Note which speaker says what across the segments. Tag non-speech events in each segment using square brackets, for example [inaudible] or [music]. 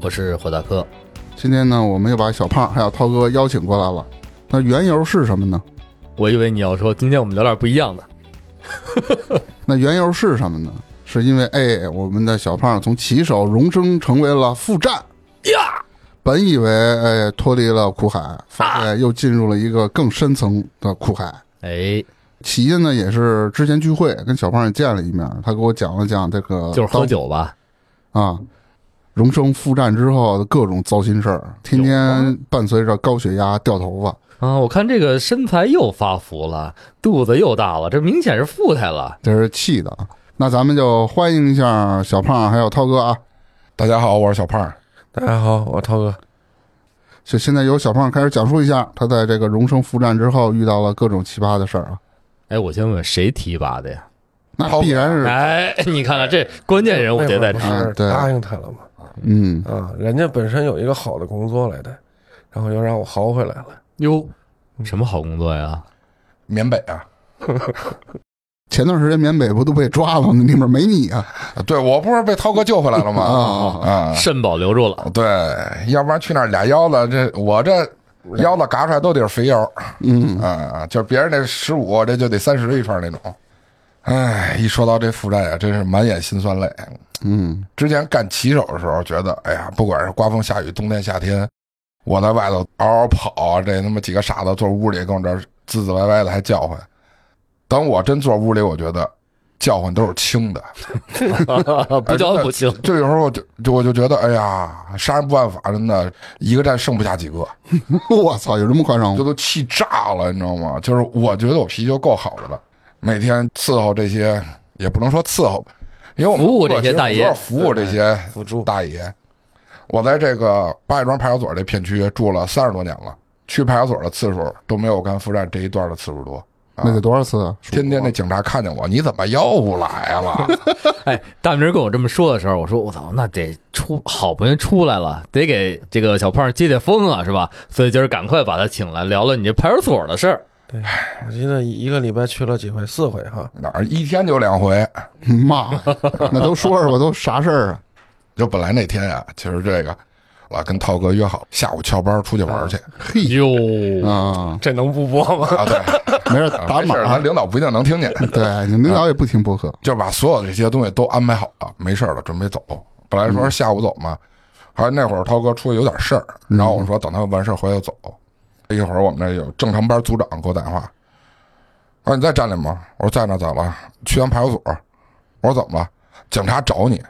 Speaker 1: 我是火大哥，
Speaker 2: 今天呢，我们又把小胖还有涛哥邀请过来了。那缘由是什么呢？
Speaker 1: 我以为你要说今天我们聊点不一样的，
Speaker 2: 那缘由是什么呢？是因为哎，我们的小胖从骑手荣升成为了副战呀。本以为哎脱离了苦海，发现又进入了一个更深层的苦海。
Speaker 1: 哎，
Speaker 2: 起因呢也是之前聚会跟小胖也见了一面，他给我讲了讲这个
Speaker 1: 哎就是喝
Speaker 2: 当
Speaker 1: 酒吧，
Speaker 2: 啊，荣升副战之后的各种糟心事儿，天天伴随着高血压、掉头发，
Speaker 1: 啊，我看这个身材又发福了，肚子又大了，这明显是富态了。
Speaker 2: 这是气的啊。那咱们就欢迎一下小胖还有涛哥啊。
Speaker 3: 大家好，我是小胖儿。
Speaker 4: 大家好，我涛哥。
Speaker 2: 就现在由小胖开始讲述一下他在这个荣升副战之后遇到了各种奇葩的事儿啊。
Speaker 1: 哎，我先问谁提拔的呀？
Speaker 2: 那必然是，
Speaker 1: 哎，你看看这关键人物
Speaker 4: 那
Speaker 1: 得
Speaker 4: 会
Speaker 1: 在
Speaker 4: 儿
Speaker 1: 这
Speaker 4: 不
Speaker 1: 儿，
Speaker 2: 儿
Speaker 4: 是
Speaker 2: 对
Speaker 4: 答应他了吗？
Speaker 2: 嗯，
Speaker 4: 啊，人家本身有一个好的工作来的，然后又让我薅回来了。
Speaker 1: 哟，什么好工作呀？
Speaker 3: 缅北啊，
Speaker 2: 前段时间缅北不都被抓了吗？里面没你啊？
Speaker 3: 对我不是被涛哥救回来了吗？
Speaker 2: 啊
Speaker 3: 啊
Speaker 1: 肾宝留住了，
Speaker 3: 对，要不然去那儿俩腰子，这我这腰子嘎出来都得是肥腰
Speaker 2: 嗯，
Speaker 3: 啊，就是别人那十五，这就得三十一串那种。哎，一说到这负债啊，真是满眼辛酸泪。
Speaker 2: 嗯，
Speaker 3: 之前干骑手的时候，觉得哎呀，不管是刮风下雨、冬天夏天，我在外头嗷嗷跑，啊这他妈几个傻子坐屋里跟我这儿唧唧歪歪的还叫唤。等我真坐屋里，我觉得叫唤都是轻的，
Speaker 1: 不叫不 [laughs] 行。
Speaker 3: 就有时候我就就我就觉得，哎呀，杀人不犯法，真的一个战胜不下几个，
Speaker 2: 我操，有这么夸张
Speaker 1: 嗯
Speaker 3: 就
Speaker 2: 吗？
Speaker 3: 都气炸了，你知道吗？就是我觉得我脾气就够好的了，每天伺候这些也不能说伺候吧，因为我们
Speaker 1: 服务这些大爷
Speaker 3: 主要是服务这些
Speaker 4: 辅助
Speaker 3: 大爷。我在这个八里庄派出所这片区住了三十多年了，去派出所的次数都没有干副站这一段的次数多。
Speaker 2: 那得多少次啊？ [laughs]
Speaker 3: 天天那警察看见我，你怎么又来了？ [laughs]
Speaker 1: 哎，大明跟我这么说的时候，我说我操，那得出好不容易出来了，得给这个小胖接接风啊，是吧？所以今儿赶快把他请来，聊聊你这派出所的事儿。
Speaker 4: [laughs] 我记得一个礼拜去了几回，四回哈。
Speaker 3: 哪儿一天就两回？
Speaker 2: 妈，那都说说吧，都啥事儿啊？
Speaker 3: 就本来那天啊，其实这个我跟涛哥约好下午翘班出去玩去
Speaker 1: 哟，
Speaker 2: 啊，
Speaker 4: 这能不播吗？
Speaker 3: 啊，对，
Speaker 2: 没事，打
Speaker 3: 这事儿
Speaker 2: 码
Speaker 3: 咱。领导不一定能听见，
Speaker 2: 对，你领导也不听播客，
Speaker 3: 就把所有这些东西都安排好了，没事儿了，准备走。本来说是下午走嘛，后来那会儿涛哥出去有点事儿，然后我说等他完事儿回来就走。一会儿我们那有正常班组长给我打电话，啊，你在站里吗？我说在那，怎么了？去完派出所，我说怎么了？警察找你。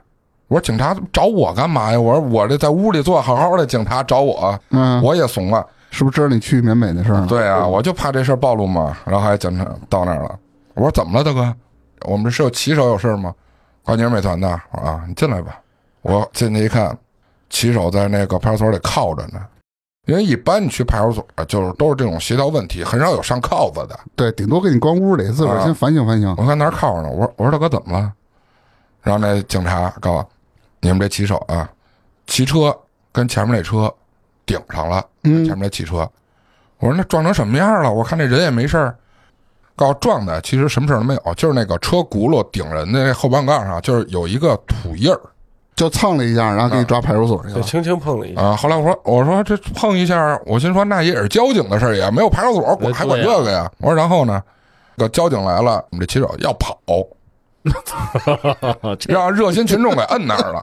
Speaker 3: 我说警察找我干嘛呀？我说我这在屋里坐好好的，警察找我，
Speaker 2: 嗯，
Speaker 3: 我也怂了。
Speaker 2: 是不是知道你去缅北的事儿？，
Speaker 3: 对啊，我就怕这事儿暴露嘛。然后还检查到那儿了，我说怎么了，大哥？我们这是有骑手有事儿吗？啊，你是美团的？我说啊，你进来吧。我进去一看，骑手在那个派出所里铐着呢。因为一般你去派出所就是都是这种协调问题，很少有上铐子的。
Speaker 2: 对，顶多给你关屋里，自个儿
Speaker 3: 啊
Speaker 2: 先反省反省。
Speaker 3: 我看那儿铐着呢，我说我说大哥怎么了？然后那警察告诉我，你们这骑手啊，骑车跟前面那车顶上了。前
Speaker 2: 嗯
Speaker 3: 面那汽车。我说那撞成什么样了？我看这人也没事儿。告诉撞的，其实什么事儿都没有，就是那个车轱辘顶人的那后半杠上，就是有一个土印儿
Speaker 2: 就蹭了一下，然后给你抓派出所去
Speaker 4: 就
Speaker 2: 了。
Speaker 4: 轻轻碰
Speaker 1: 嗯
Speaker 4: 了一下，
Speaker 3: 啊。后来我说我说这碰一下，我心说那也是交警的事儿呀，没有派出所管
Speaker 1: 对啊
Speaker 3: 还管这个呀。我说然后呢，这交警来了，我们这骑手要跑，
Speaker 1: 啊这
Speaker 3: 让热心群众给摁那儿了，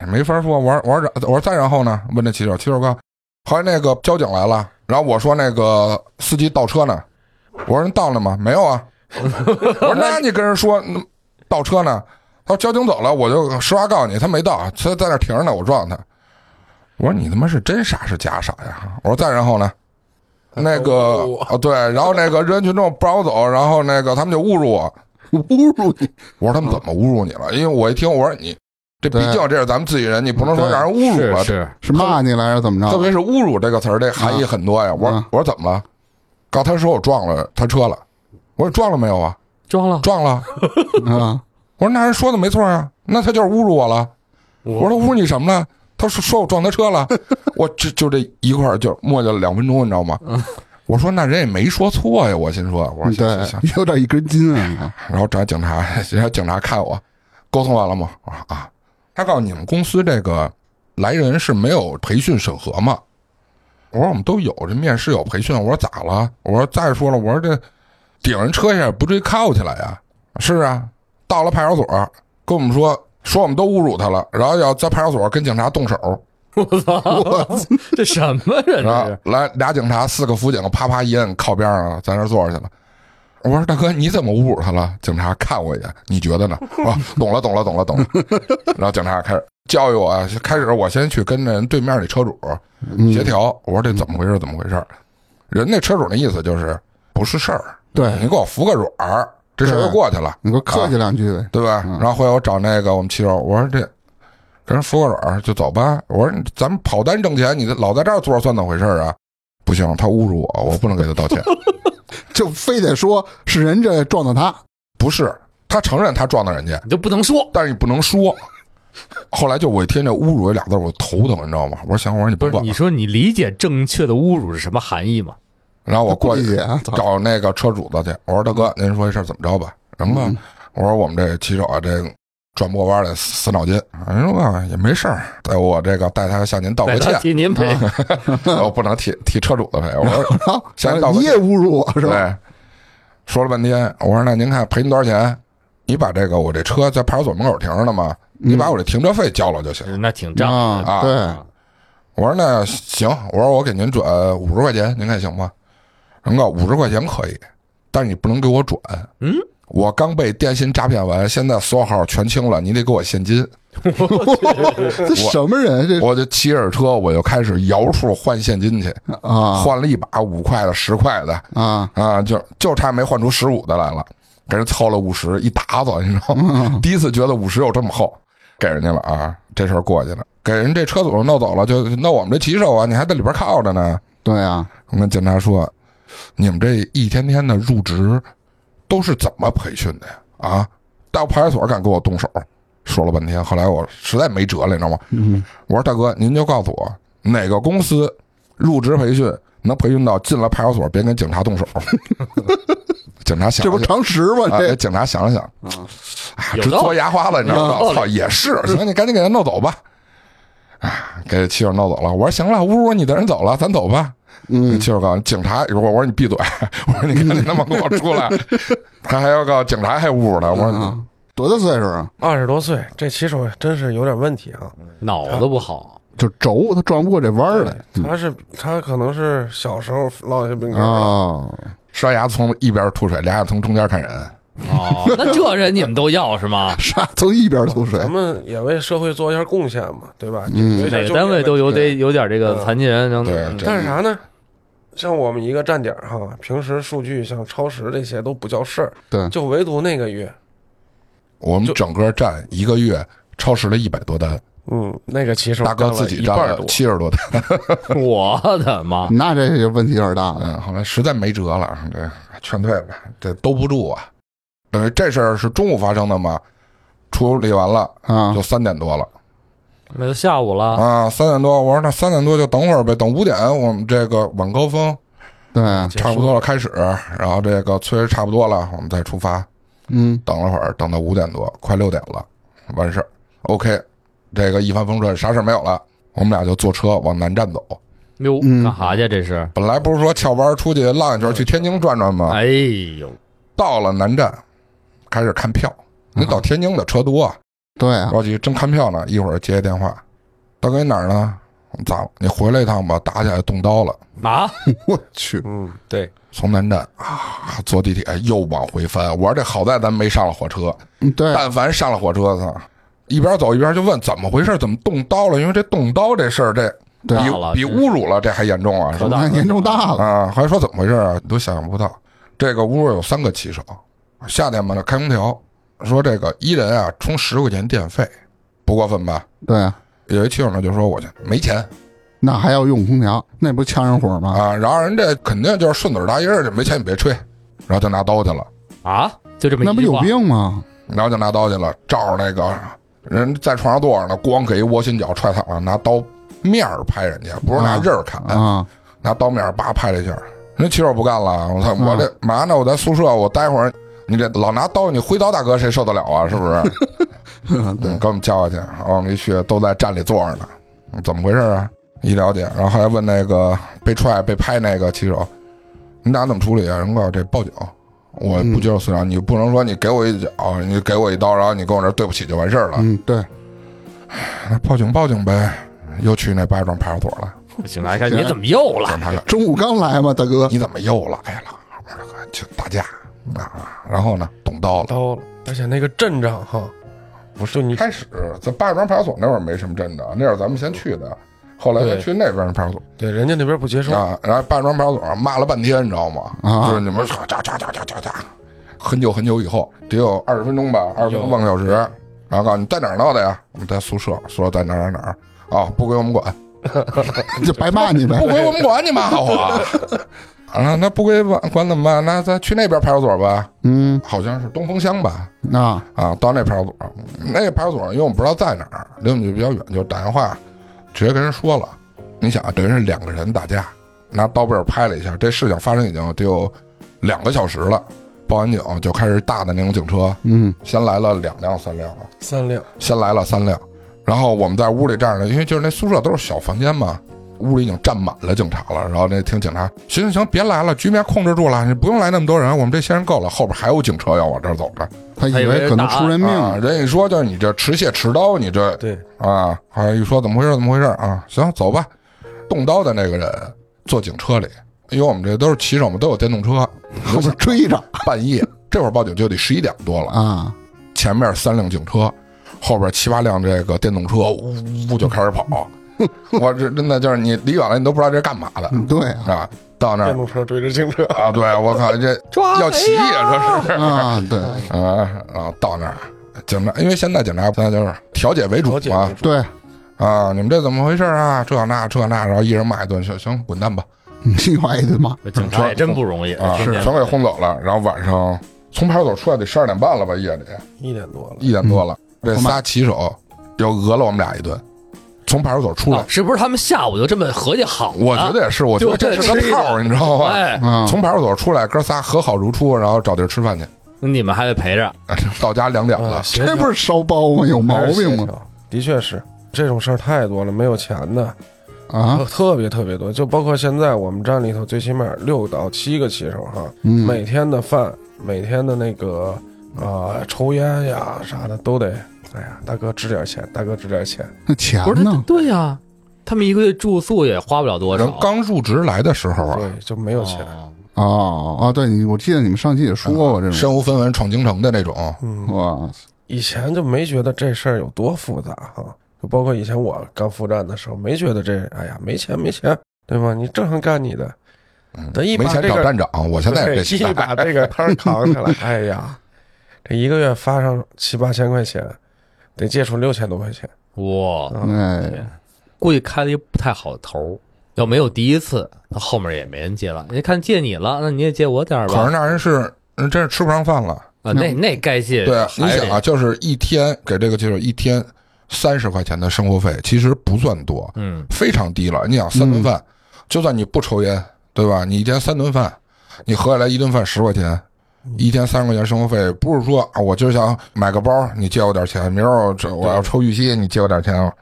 Speaker 3: 哎没法说。我说我说我说再然后呢？问这骑手，骑手哥，后来那个交警来了，然后我说那个司机倒车呢，我说人倒了吗？没有啊。我说那你跟人说嗯倒车呢？他说交警走了，我就实话告诉你，他没到，他在那停着呢，我撞他。我说你他妈是真傻是假傻呀？我说再然后呢？那个
Speaker 4: 哦
Speaker 3: 啊对，然后那个热心群众不让我走，然后那个他们就侮辱我，
Speaker 2: 侮辱你，
Speaker 3: 我说他们怎么侮辱你了？因为我一听，我说你这毕
Speaker 2: 对
Speaker 3: 竟这是咱们自己人，你不能说让人侮辱吧？
Speaker 1: 是是，
Speaker 2: 是啊骂你来着怎么着？
Speaker 3: 特别是侮辱这个词儿，这含义很多呀。我
Speaker 2: 嗯
Speaker 3: 我说怎么了？刚才说我撞了他车了，我说撞了没有啊？
Speaker 1: 装了，
Speaker 3: 撞了。
Speaker 2: 啊，
Speaker 3: 我说那人说的没错啊，那他就是侮辱我了。我说他侮辱你什么了？他说说我撞他车了，我这就这一块儿就磨叽了两分钟，你知道吗？我说那人也没说错呀，我心说，我说行行行，
Speaker 2: 嗯对，有点一根筋啊你看，
Speaker 3: 然后找警察， [laughs] 然后警察看我，沟通完了吗？我说啊，他告诉你们公司这个来人是没有培训审核吗？我说我们都有，这面试有培训。我说咋了？我说再说了，我说这顶人车下不追铐起来呀、是啊，到了派出所跟我们说说我们都侮辱他了，然后要在派出所跟警察动手，
Speaker 1: 我操，这什么人
Speaker 3: 然后
Speaker 1: 这是？
Speaker 3: 来俩警察，四个辅警，啪啪一摁靠边上了，在那儿坐着去了。我说大哥，你怎么侮辱他了？警察看我一眼，你觉得呢？啊，
Speaker 2: [laughs]
Speaker 3: 懂了，懂了，懂了，懂了。然后警察开始教育我啊，开始我先去跟人对面那车主
Speaker 2: 嗯
Speaker 3: 协调，我说这怎么回事？怎么回事？人那车主那意思就是不是事儿，
Speaker 2: 对，
Speaker 3: 你给我服个软儿，这事儿就
Speaker 2: 对
Speaker 3: 过去了。
Speaker 2: 你给我客气两句呗。
Speaker 3: 对吧？然后后来我找那个我们骑手，我说这跟人服个软儿就走吧。我说你咱们跑单挣钱，你这老在这儿坐着算怎么回事儿啊？不行，他侮辱我，我不能给他道歉。
Speaker 2: 就非得说是人这撞的他，
Speaker 3: 不是，他承认他撞到人家，
Speaker 1: 你就不能说，
Speaker 3: 但是你不能说。后来就我一听这侮辱这俩字儿，我头疼，你知道吗？我说行，我说你
Speaker 1: 不是？
Speaker 3: 甭管
Speaker 1: 你。说你理解正确的侮辱是什么含义吗？
Speaker 3: 然后我
Speaker 2: 他不
Speaker 3: 过
Speaker 2: 理
Speaker 3: 去
Speaker 2: 解啊，操
Speaker 3: 哦找那个车主子去，我说大哥，您说这事儿怎么着吧？然后
Speaker 2: 嗯
Speaker 3: 我说我们这骑手啊，这转不过弯儿来死死脑筋。人说啊也没事儿，在我这个代他向您道
Speaker 1: 在
Speaker 3: 个歉
Speaker 1: 他。替您赔，
Speaker 2: 嗯
Speaker 3: 我哦不能替替车主的赔。我说 [laughs] 向您道个
Speaker 2: 你也
Speaker 3: 歉，
Speaker 2: 侮辱嗯我是吧？
Speaker 3: 对，说了半天，我说那您看赔您多少钱？你把这个我这车在派出所门口停着呢嘛，你
Speaker 2: 嗯
Speaker 3: 把我这停车费交了就行。
Speaker 1: 呃那挺仗义的。
Speaker 2: 啊，
Speaker 3: 啊
Speaker 2: 对，
Speaker 3: 我说那行，我说我给您转五十块钱，您看行吗？人哥五十块钱可以，但是你不能给我转。
Speaker 1: 嗯，
Speaker 3: 我刚被电信诈骗完，现在所有号全清了，你得给我现金。
Speaker 2: 这什么人啊这
Speaker 3: 我就骑着车，我就开始摇处换现金去，
Speaker 2: 啊
Speaker 3: 换了一把五块的、十块的，
Speaker 2: 啊
Speaker 3: 啊，就就差没换出十五的来了，给人凑了五十一沓子，你知道吗？第一次觉得五十有这么厚，给人家了啊，这事儿过去了，给人这车主弄走了，就那我们这骑手啊，你还在里边靠着呢。
Speaker 2: 对啊，
Speaker 3: 我跟警察说，你们这一天天的入职都是怎么培训的呀？啊，到派出所敢跟我动手，说了半天，后来我实在没辙了，你知道吗？
Speaker 2: 嗯，
Speaker 3: 我说大哥，您就告诉我哪个公司入职培训能培训到进了派出所别跟警察动手？ [laughs] 警察想
Speaker 2: 这
Speaker 3: 了
Speaker 2: 不
Speaker 3: 想，
Speaker 2: 常识吗？
Speaker 3: 啊，
Speaker 2: 这
Speaker 3: 哎警察想了想，啊，
Speaker 1: 有
Speaker 3: 这
Speaker 1: 道理
Speaker 3: 做牙花了，你知道
Speaker 1: 有
Speaker 3: 吗？
Speaker 1: 道
Speaker 3: 操，
Speaker 1: 理
Speaker 3: 也是，行，你赶紧给他弄走吧。啊，给骑手弄走了。我说行了，侮辱你的人走了，咱走吧。
Speaker 2: 嗯
Speaker 3: 骑手告诉警察，我我说你闭嘴， [laughs] 我说你赶紧他妈给我出来。 [laughs] 他还要告警察还侮辱他，我说你
Speaker 2: 啊，多大岁数啊？
Speaker 4: 二十多岁，这骑手真是有点问题啊。
Speaker 1: 脑子不好，
Speaker 2: 就轴他转不过这弯儿来
Speaker 4: 他是他可能是小时候落下
Speaker 3: 嗯
Speaker 4: 病根儿，
Speaker 2: 啊， [laughs]
Speaker 3: 刷牙从一边吐水，俩眼从中间看人。
Speaker 1: 哦，那这人你们都要是吗？
Speaker 2: 啥从一边吐水
Speaker 4: 咱们也为社会做一下贡献嘛，对吧？嗯
Speaker 1: 每个单位都有得有点这个残疾人，能
Speaker 3: 对
Speaker 1: 嗯
Speaker 3: 这
Speaker 4: 但是啥呢？像我们一个站点儿哈，平时数据像超时这些都不叫事儿，
Speaker 2: 对
Speaker 4: 就唯独那个月，
Speaker 3: 我们整个站一个月超时了一百多单，
Speaker 4: 嗯，那个骑手
Speaker 3: 大哥
Speaker 4: 占了
Speaker 3: 自己
Speaker 4: 一
Speaker 3: 占
Speaker 4: 半儿
Speaker 3: 了
Speaker 4: 多，
Speaker 3: 七十多单。
Speaker 1: 嗯我的
Speaker 3: 嗯
Speaker 1: 妈！
Speaker 2: 那这个问题有点大了。
Speaker 3: 嗯，后来实在没辙了，这劝退吧，这兜不住啊。等于这事儿是中午发生的嘛，处理完了
Speaker 2: 啊
Speaker 3: 就三点多了
Speaker 1: 那都下午了，
Speaker 3: 啊，三点多，我说那三点多就等会儿呗，等五点我们这个晚高峰
Speaker 2: 对，啊
Speaker 4: 结束
Speaker 3: 差不多了开始，然后这个催差不多了，我们再出发。
Speaker 2: 嗯
Speaker 3: 等了会儿，等到五点多，快六点了，完事儿，OK，这个一帆风顺，啥事儿没有了，我们俩就坐车往南站走。
Speaker 1: 哟，
Speaker 2: 嗯
Speaker 1: 干啥去？这是？
Speaker 3: 本来不是说翘班出去浪一圈，去天津转转吗？
Speaker 1: 哎呦，
Speaker 3: 到了南站，开始看票。你到天津的车多啊，
Speaker 2: 对
Speaker 1: 嗯
Speaker 2: 啊，
Speaker 3: 着急正看票呢，一会儿接一电话，大哥你哪儿呢？咋了？你回来一趟吧，打起来动刀了。
Speaker 1: 啊，
Speaker 2: [laughs] 我去，
Speaker 4: 嗯，对，
Speaker 3: 从南站啊，坐地铁又往回翻。我说这好在咱没上了火车，
Speaker 2: 嗯对，
Speaker 3: 但凡上了火车，操，一边走一边就问怎么回事，怎么动刀了？因为这动刀这事儿，这
Speaker 2: 对
Speaker 3: 比
Speaker 2: 啊
Speaker 1: 大了
Speaker 3: 比
Speaker 1: 真
Speaker 3: 侮辱了这还严重啊！
Speaker 1: 可
Speaker 3: 说
Speaker 1: 大
Speaker 2: 那
Speaker 1: 了
Speaker 2: 严重大了。
Speaker 3: 啊，还说怎么回事啊？你都想象不到，这个屋有三个骑手，夏天嘛，开空调，说这个一人啊充十块钱电费，不过分吧？
Speaker 2: 对啊，
Speaker 3: 有一骑友呢就说我就没钱
Speaker 2: 那还要用空调，那不呛人火吗？
Speaker 3: 啊，然后人这肯定就是顺嘴答音儿，就没钱你别吹，然后就拿刀去了，
Speaker 1: 啊，就这么
Speaker 2: 那
Speaker 1: 一
Speaker 2: 不
Speaker 1: 句
Speaker 2: 有
Speaker 1: 话
Speaker 2: 病吗？
Speaker 3: 然后就拿刀去了，照着那个人在床上坐着呢，咣给一窝心脚踹躺了，拿刀面儿拍人家，不是拿刃儿砍，
Speaker 2: 啊，
Speaker 3: 拿刀面儿叭拍了一下，人骑手不干了，我操，
Speaker 2: 嗯
Speaker 3: 我这嘛呢？我在宿舍，我待会儿你这老拿刀，你挥刀大哥谁受得了啊？是不是？
Speaker 2: [laughs]
Speaker 3: 嗯
Speaker 2: 对，
Speaker 3: 给我们叫下去，然后我们一去都在站里坐着呢，怎么回事啊？一了解，然后还问那个被踹被拍那个骑手，你打算怎么处理啊？人告诉我这报警，我
Speaker 2: 嗯
Speaker 3: 不接受私了。你不能说你给我一脚，你给我一刀，然后你跟我这对不起就完事儿了。
Speaker 2: 嗯，对，
Speaker 3: 那报警报警呗，又去那八家庄派出所了。
Speaker 1: 警察一看你怎么又来
Speaker 3: 警察说
Speaker 2: 中午刚来嘛，大哥，
Speaker 3: 你怎么又来了？我说哥去打架啊，然后呢动刀了。
Speaker 4: 刀了，而且那个阵仗哈，不是就你
Speaker 3: 开始在八家庄派出所那会儿没什么阵仗，那会儿咱们先去的，后来才
Speaker 4: 对
Speaker 3: 去那边派出所。
Speaker 4: 对人家那边不接受，
Speaker 3: 啊，然后霸庄派出所骂了半天，你知道吗？
Speaker 2: 啊
Speaker 3: 就是你们喳喳喳喳喳喳喳，很久很久以后，得有二十分钟吧，二十分钟半个小时。然后告诉你在哪儿闹的呀？我们在宿舍，宿舍在哪儿哪儿哪儿啊？不归我们管，
Speaker 2: 就白骂你呗
Speaker 3: [laughs] 不。归我们管，你骂我。 [laughs] 啊，那不归管管怎么办？那咱去那边派出所吧，
Speaker 2: 嗯
Speaker 3: 好像是东风乡吧？
Speaker 2: 啊，
Speaker 3: 啊，到那派出所，那派出所因为我们不知道在哪儿，离我们就比较远，就打电话直接跟人说了。你想啊，等于是两个人打架，拿刀背儿拍了一下，这事情发生已经得有两个小时了。报完警就开始大的那种警车，
Speaker 2: 嗯
Speaker 3: 先来了两辆、三辆，啊
Speaker 4: 三辆
Speaker 3: 先来了三辆。然后我们在屋里站着，因为就是那宿舍都是小房间嘛，屋里已经站满了警察了。然后那听警察，行行行，别来了，局面控制住了，你不用来那么多人，我们这些人够了，后边还有警车要往这儿走着。
Speaker 2: 他以
Speaker 1: 他以为
Speaker 2: 为
Speaker 1: 是
Speaker 2: 可能
Speaker 1: 打
Speaker 2: 出人命
Speaker 3: 啊，
Speaker 2: 了，
Speaker 3: 人一说就是你这持械持刀，你这
Speaker 4: 对
Speaker 3: 啊，好像一说怎么回事怎么回事啊？行，走吧。动刀的那个人坐警车里，因为我们这都是骑手嘛，都有电动车。
Speaker 2: 后边追着
Speaker 3: 半夜这会儿报警就得十一点多了，
Speaker 2: 啊，
Speaker 3: 前面三辆警车，后边七八辆这个电动车，呜呜呜就开始跑。
Speaker 4: 嗯
Speaker 3: 我这真的就是你离远了你都不知道这是干嘛的
Speaker 2: 嗯对啊
Speaker 3: 啊！到那
Speaker 4: 电
Speaker 3: 儿
Speaker 4: 动车追着警车，
Speaker 3: 啊，对我靠，这
Speaker 1: 抓
Speaker 3: 要起义啊，这是
Speaker 2: 啊，对
Speaker 3: 啊，然后到那儿，警察，因为现在警察现在就是调解为主
Speaker 4: 调解
Speaker 3: 嘛
Speaker 4: 为，主
Speaker 2: 对，
Speaker 3: 啊，你们这怎么回事啊？这那这那，然后一人骂一顿，行行，滚蛋吧，
Speaker 2: 你话也得骂，
Speaker 1: 警察也真不容易
Speaker 3: 啊，
Speaker 1: 天天
Speaker 3: 全给轰走了。然后晚上从派出所出来得十二点半了吧，夜里
Speaker 4: 一点多了，
Speaker 3: 一点多了，
Speaker 4: 嗯
Speaker 3: 这仨骑手又讹了我们俩一顿，从派出所出来，
Speaker 1: 啊是不是他们下午就这么合计好的？
Speaker 3: 我觉得也是，我觉
Speaker 1: 就
Speaker 3: 得这
Speaker 1: 这
Speaker 3: 是个
Speaker 1: 吃一
Speaker 3: 套儿，你知道吗？
Speaker 1: 哎，
Speaker 4: 嗯
Speaker 2: 啊，
Speaker 3: 从派出所出来，哥仨和好如初，然后找地儿吃饭去， [laughs]
Speaker 1: 那你们还得陪着，
Speaker 3: 到家两点了
Speaker 4: 啊，，协
Speaker 2: 这
Speaker 4: 调
Speaker 2: 不是烧包吗？有毛病吗？？
Speaker 4: 的确是，这种事儿太多了，没有钱的
Speaker 2: 啊，
Speaker 4: 特别特别多，就包括现在我们站里头最起码六到七个骑手哈，
Speaker 2: 嗯，
Speaker 4: 每天的饭，每天的那个啊、抽烟呀啥的都得，哎呀，大哥支点钱，大哥支点钱，
Speaker 2: 那钱
Speaker 1: 不是？
Speaker 2: 呢？
Speaker 1: 对呀、他们一个月住宿也花不了多少
Speaker 3: 人。刚入职来的时候啊，
Speaker 4: 对，就没有钱，
Speaker 1: 哦
Speaker 2: 哦哦，对你，我记得你们上期也说过这种，
Speaker 3: 身无分文闯京城的那种，
Speaker 4: 嗯，
Speaker 2: 哇，
Speaker 4: 以前就没觉得这事儿有多复杂哈，就包括以前我刚赴站的时候，没觉得这，哎呀，没钱没钱，对吧？你正常干你的，
Speaker 3: 嗯
Speaker 4: 得一把
Speaker 3: 没钱
Speaker 4: 这
Speaker 3: 找
Speaker 4: 个
Speaker 3: 站长，我现在也这心
Speaker 4: 一
Speaker 3: 态。
Speaker 4: 把这个摊儿扛起
Speaker 1: [laughs]
Speaker 4: 来，哎呀，这一个月发上七八千块钱，得借出六千多块钱，
Speaker 1: 哇，
Speaker 2: 哎，
Speaker 1: 估计开了一不太好的头。要没有第一次，那后面也没人借了。人家看借你了，那你也借我点儿吧。
Speaker 3: 可是那人是，嗯真是吃不上饭了。
Speaker 1: 啊，那那该借
Speaker 3: 对，你
Speaker 1: 还
Speaker 3: 想啊，
Speaker 1: 得
Speaker 3: 就是一天给这个骑手一天三十块钱的生活费，其实不算多，
Speaker 1: 嗯，
Speaker 3: 非常低了。你想三
Speaker 4: 嗯
Speaker 3: 顿饭，就算你不抽烟，对吧？你一天三顿饭，你合起来一顿饭十块钱。一天三十块钱生活费，不是说啊，我今儿想买个包，你借我点钱；明儿我这我要抽玉溪，你借我点钱。啊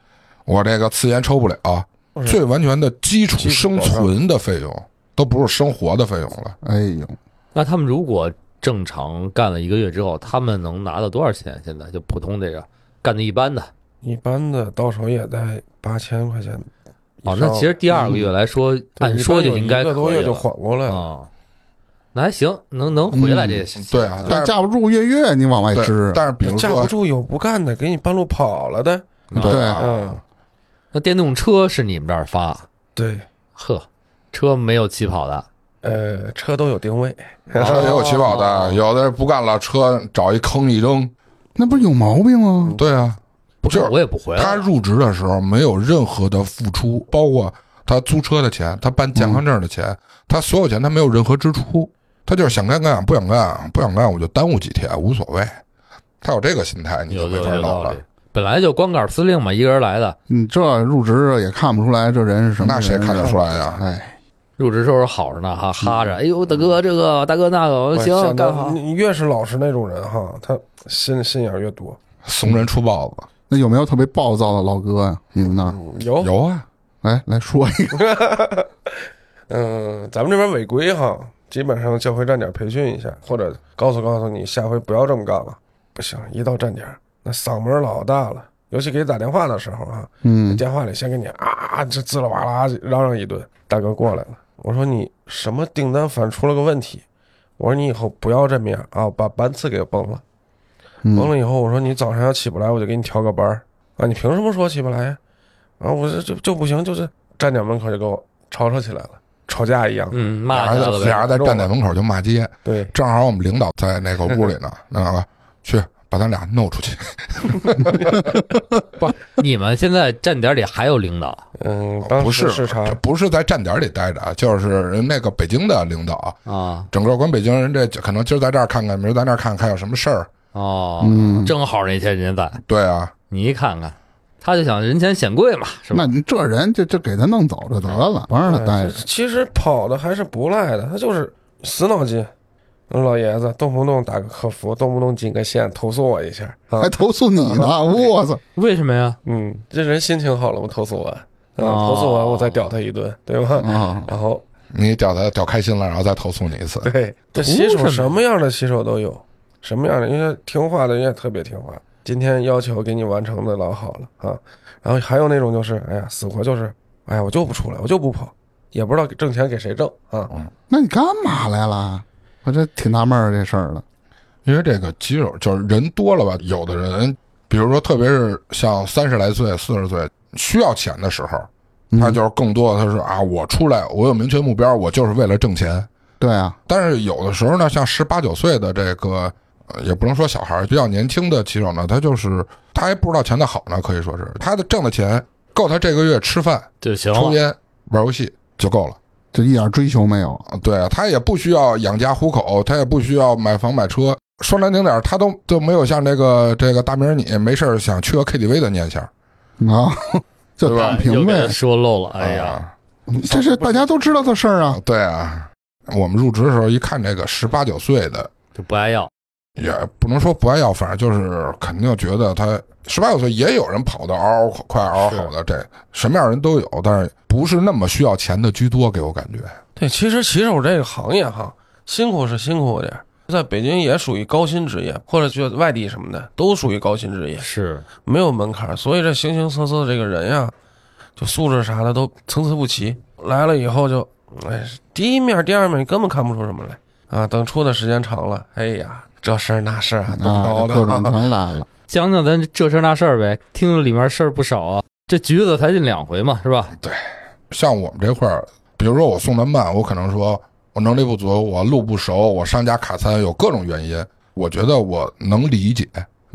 Speaker 3: 我这个次烟抽不了，啊
Speaker 4: 就是
Speaker 3: 最完全的基础
Speaker 4: 基础
Speaker 3: 生存的费用都不是生活的费用了。
Speaker 2: 哎呦，
Speaker 1: 那他们如果正常干了一个月之后，他们能拿到多少钱？现在就普通这个干的一般的
Speaker 4: 一般的到手也在八千块钱以上。
Speaker 1: 哦，那其实第二
Speaker 3: 嗯
Speaker 1: 个月来说，
Speaker 4: 对
Speaker 1: 按说
Speaker 4: 一般
Speaker 1: 就
Speaker 4: 有
Speaker 1: 应该
Speaker 4: 一个多
Speaker 1: 可以
Speaker 4: 月就
Speaker 1: 了
Speaker 4: 缓过来
Speaker 1: 啊、
Speaker 4: 了。
Speaker 1: 那还行，能能回来这些、
Speaker 3: 对啊，但
Speaker 2: 但
Speaker 3: 是
Speaker 2: 架不住月月你
Speaker 4: 哎
Speaker 2: 往外
Speaker 3: 对
Speaker 2: 支，
Speaker 3: 但是比如
Speaker 4: 架不
Speaker 3: 说，
Speaker 4: 住有不干的，给你半路跑了的。
Speaker 2: 对
Speaker 3: 啊
Speaker 4: 嗯，
Speaker 1: 那电动车是你们这儿发，
Speaker 4: 对，
Speaker 1: 呵，车没有起跑的，
Speaker 4: 呃，车都有定位，
Speaker 3: [laughs] 车也有起跑
Speaker 1: 哦
Speaker 3: 的，有的不干了，车找一坑一扔。
Speaker 1: 嗯
Speaker 2: 那不是有毛病吗？
Speaker 3: 对啊，
Speaker 1: 不
Speaker 3: 就是
Speaker 1: 看我也不回来。
Speaker 3: 他入职的时候没有任何的付出，包括他租车的钱、他办健康证的钱、
Speaker 1: 嗯
Speaker 3: 他所有钱他没有任何支出，他就是想干干，不想干不想干我就耽误几天无所谓。他有这个心态，你就
Speaker 1: 有
Speaker 3: 没
Speaker 1: 有
Speaker 3: 法
Speaker 1: 有
Speaker 3: 弄
Speaker 1: 道
Speaker 3: 了
Speaker 1: 理。。本来就光杆司令嘛，一个人来的。
Speaker 2: 你这入职也看不出来这人是什么
Speaker 3: 那
Speaker 2: 人，
Speaker 1: 嗯
Speaker 3: 谁看得出来啊呀、
Speaker 2: 哎，
Speaker 1: 入职时候好着呢，哈哈
Speaker 3: 嗯
Speaker 1: 着，哎呦，大哥这个，大哥那个，
Speaker 3: 哎
Speaker 1: 我说哦行，
Speaker 4: 显得
Speaker 1: 干好。
Speaker 4: 你越是老实那种人哈，他心心眼儿越多。
Speaker 3: 怂人出豹子，
Speaker 2: 那有没有特别暴躁的老哥呀？你们那儿
Speaker 4: 嗯有
Speaker 1: 哦
Speaker 3: 有啊，
Speaker 2: 来来说一
Speaker 3: [laughs]
Speaker 2: 个，
Speaker 4: 嗯，咱们这边违规哈，基本上教会站点培训一下，或者告诉告诉你，下回不要这么干了。不行，一到站点儿，那嗓门儿老大了，尤其给打电话的时候啊，
Speaker 2: 嗯，
Speaker 4: 电话里先给你啊这滋啦哇啦嚷嚷一顿。大哥过来了，我说你什么订单反出了个问题，我说你以后不要这么样啊，把班次给崩了。
Speaker 2: 嗯
Speaker 4: 崩了以后，我说你早上要起不来，我就给你调个班儿啊！你凭什么说起不来呀？啊，我这就就不行，就是站点门口就给我吵吵起来了，吵架一样。
Speaker 1: 嗯，骂
Speaker 3: 俩
Speaker 1: 他
Speaker 3: 人
Speaker 1: 了
Speaker 3: 在俩
Speaker 1: 呗。
Speaker 3: 人在站在门口就骂街，
Speaker 4: 对，
Speaker 3: 正好我们领导在那个屋里呢，那个去把咱俩弄出去，
Speaker 1: 你们现在站点里还有领导
Speaker 4: 嗯，当
Speaker 3: 不
Speaker 4: 时
Speaker 3: 是
Speaker 4: 视察
Speaker 3: 这不是在站点里待着啊，就是人那个北京的领导，
Speaker 1: 啊？
Speaker 3: 整个关北京人这可能今儿在这儿看看，明儿在那儿看看，有什么事儿？
Speaker 1: 哦，
Speaker 2: 嗯
Speaker 1: 正好那天人家在，
Speaker 3: 对啊，
Speaker 1: 你一看看，他就想人前显贵嘛，是
Speaker 2: 那？
Speaker 1: 吧
Speaker 2: 你这人就就给他弄走就得了，甭让他待
Speaker 4: 哎
Speaker 2: 着。
Speaker 4: 其实跑的还是不赖的，他就是死脑筋。老爷子动不动打个客服，动不动进个线投诉我一下啊
Speaker 2: 还！投诉你
Speaker 3: [laughs]
Speaker 2: 呢！我操，
Speaker 1: 为什么呀？
Speaker 4: 嗯，这人心情好了吗？投诉我啊，
Speaker 1: 哦嗯
Speaker 4: 投诉完我再屌他一顿，对吧？
Speaker 2: 啊，
Speaker 4: 然后
Speaker 3: 你屌他屌开心了，然后再投诉你一次。
Speaker 4: 对，
Speaker 1: 图
Speaker 4: 这洗
Speaker 1: 嗯什
Speaker 4: 手
Speaker 1: 么
Speaker 4: 什么样的洗手都有，什么样的，人家听话的人也特别听话。今天要求给你完成的老好了啊，然后还有那种就是，哎呀，死活就是，哎呀，我就不出来，我就不跑，也不知道挣钱给谁挣啊。
Speaker 1: 嗯
Speaker 2: 那你干嘛来了？我这挺纳闷儿这事儿的。
Speaker 3: 因为这个肌肉就是人多了吧，有的人，比如说特别是像三十来岁、四十岁需要钱的时候，
Speaker 2: 嗯
Speaker 3: 他就是更多的他是啊，我出来我有明确目标，我就是为了挣钱。
Speaker 2: 对啊，
Speaker 3: 但是有的时候呢，像十八九岁的这个，呃，也不能说小孩儿，比较年轻的骑手呢，他就是他还不知道钱的好呢，可以说是他的挣的钱够他这个月吃饭、
Speaker 1: 就行
Speaker 3: 抽
Speaker 1: 了，
Speaker 3: 烟、玩游戏就够了。
Speaker 2: 就一点追求没有。
Speaker 3: 啊，对啊，他也不需要养家糊口，他也不需要买房买车。说难听点儿，他都都没有像这个这个大明儿你没事儿想去个 KTV 的念想。
Speaker 2: 啊， [laughs] 就
Speaker 3: 对吧
Speaker 2: 躺
Speaker 1: 又
Speaker 2: 平
Speaker 1: 给
Speaker 2: 呗
Speaker 1: 他，说漏了。哎呀，
Speaker 3: 啊，
Speaker 2: 这是大家都知道的事儿啊。
Speaker 3: 对啊，我们入职的时候一看这个十八九岁的，
Speaker 1: 就不爱要。
Speaker 3: 也不能说不爱要，反正就是肯定觉得他十八九岁也有人跑得嗷嗷快嗷嗷吼的，这什么样人都有，但是不是那么需要钱的居多，给我感觉。
Speaker 4: 对，其实骑手这个行业哈，辛苦是辛苦点儿，在北京也属于高薪职业，或者去外地什么的都属于高薪职业，
Speaker 1: 是，
Speaker 4: 没有门槛儿，所以这形形色色的这个人呀，就素质啥的都参差不齐。来了以后就，哎，第一面、第二面你根本看不出什么来啊。等出的时间长了，哎呀，这事儿那
Speaker 2: [laughs]
Speaker 4: 事儿啊，都
Speaker 2: 啊，
Speaker 4: 高的
Speaker 2: 各种全来了。
Speaker 1: 讲讲咱这事儿那事儿呗，听着里面事儿不少啊。这局子才进两回嘛，是吧？
Speaker 3: 像我们这块儿，比如说我送的慢，我可能说我能力不足，我路不熟，我商家卡餐，有各种原因，我觉得我能理解。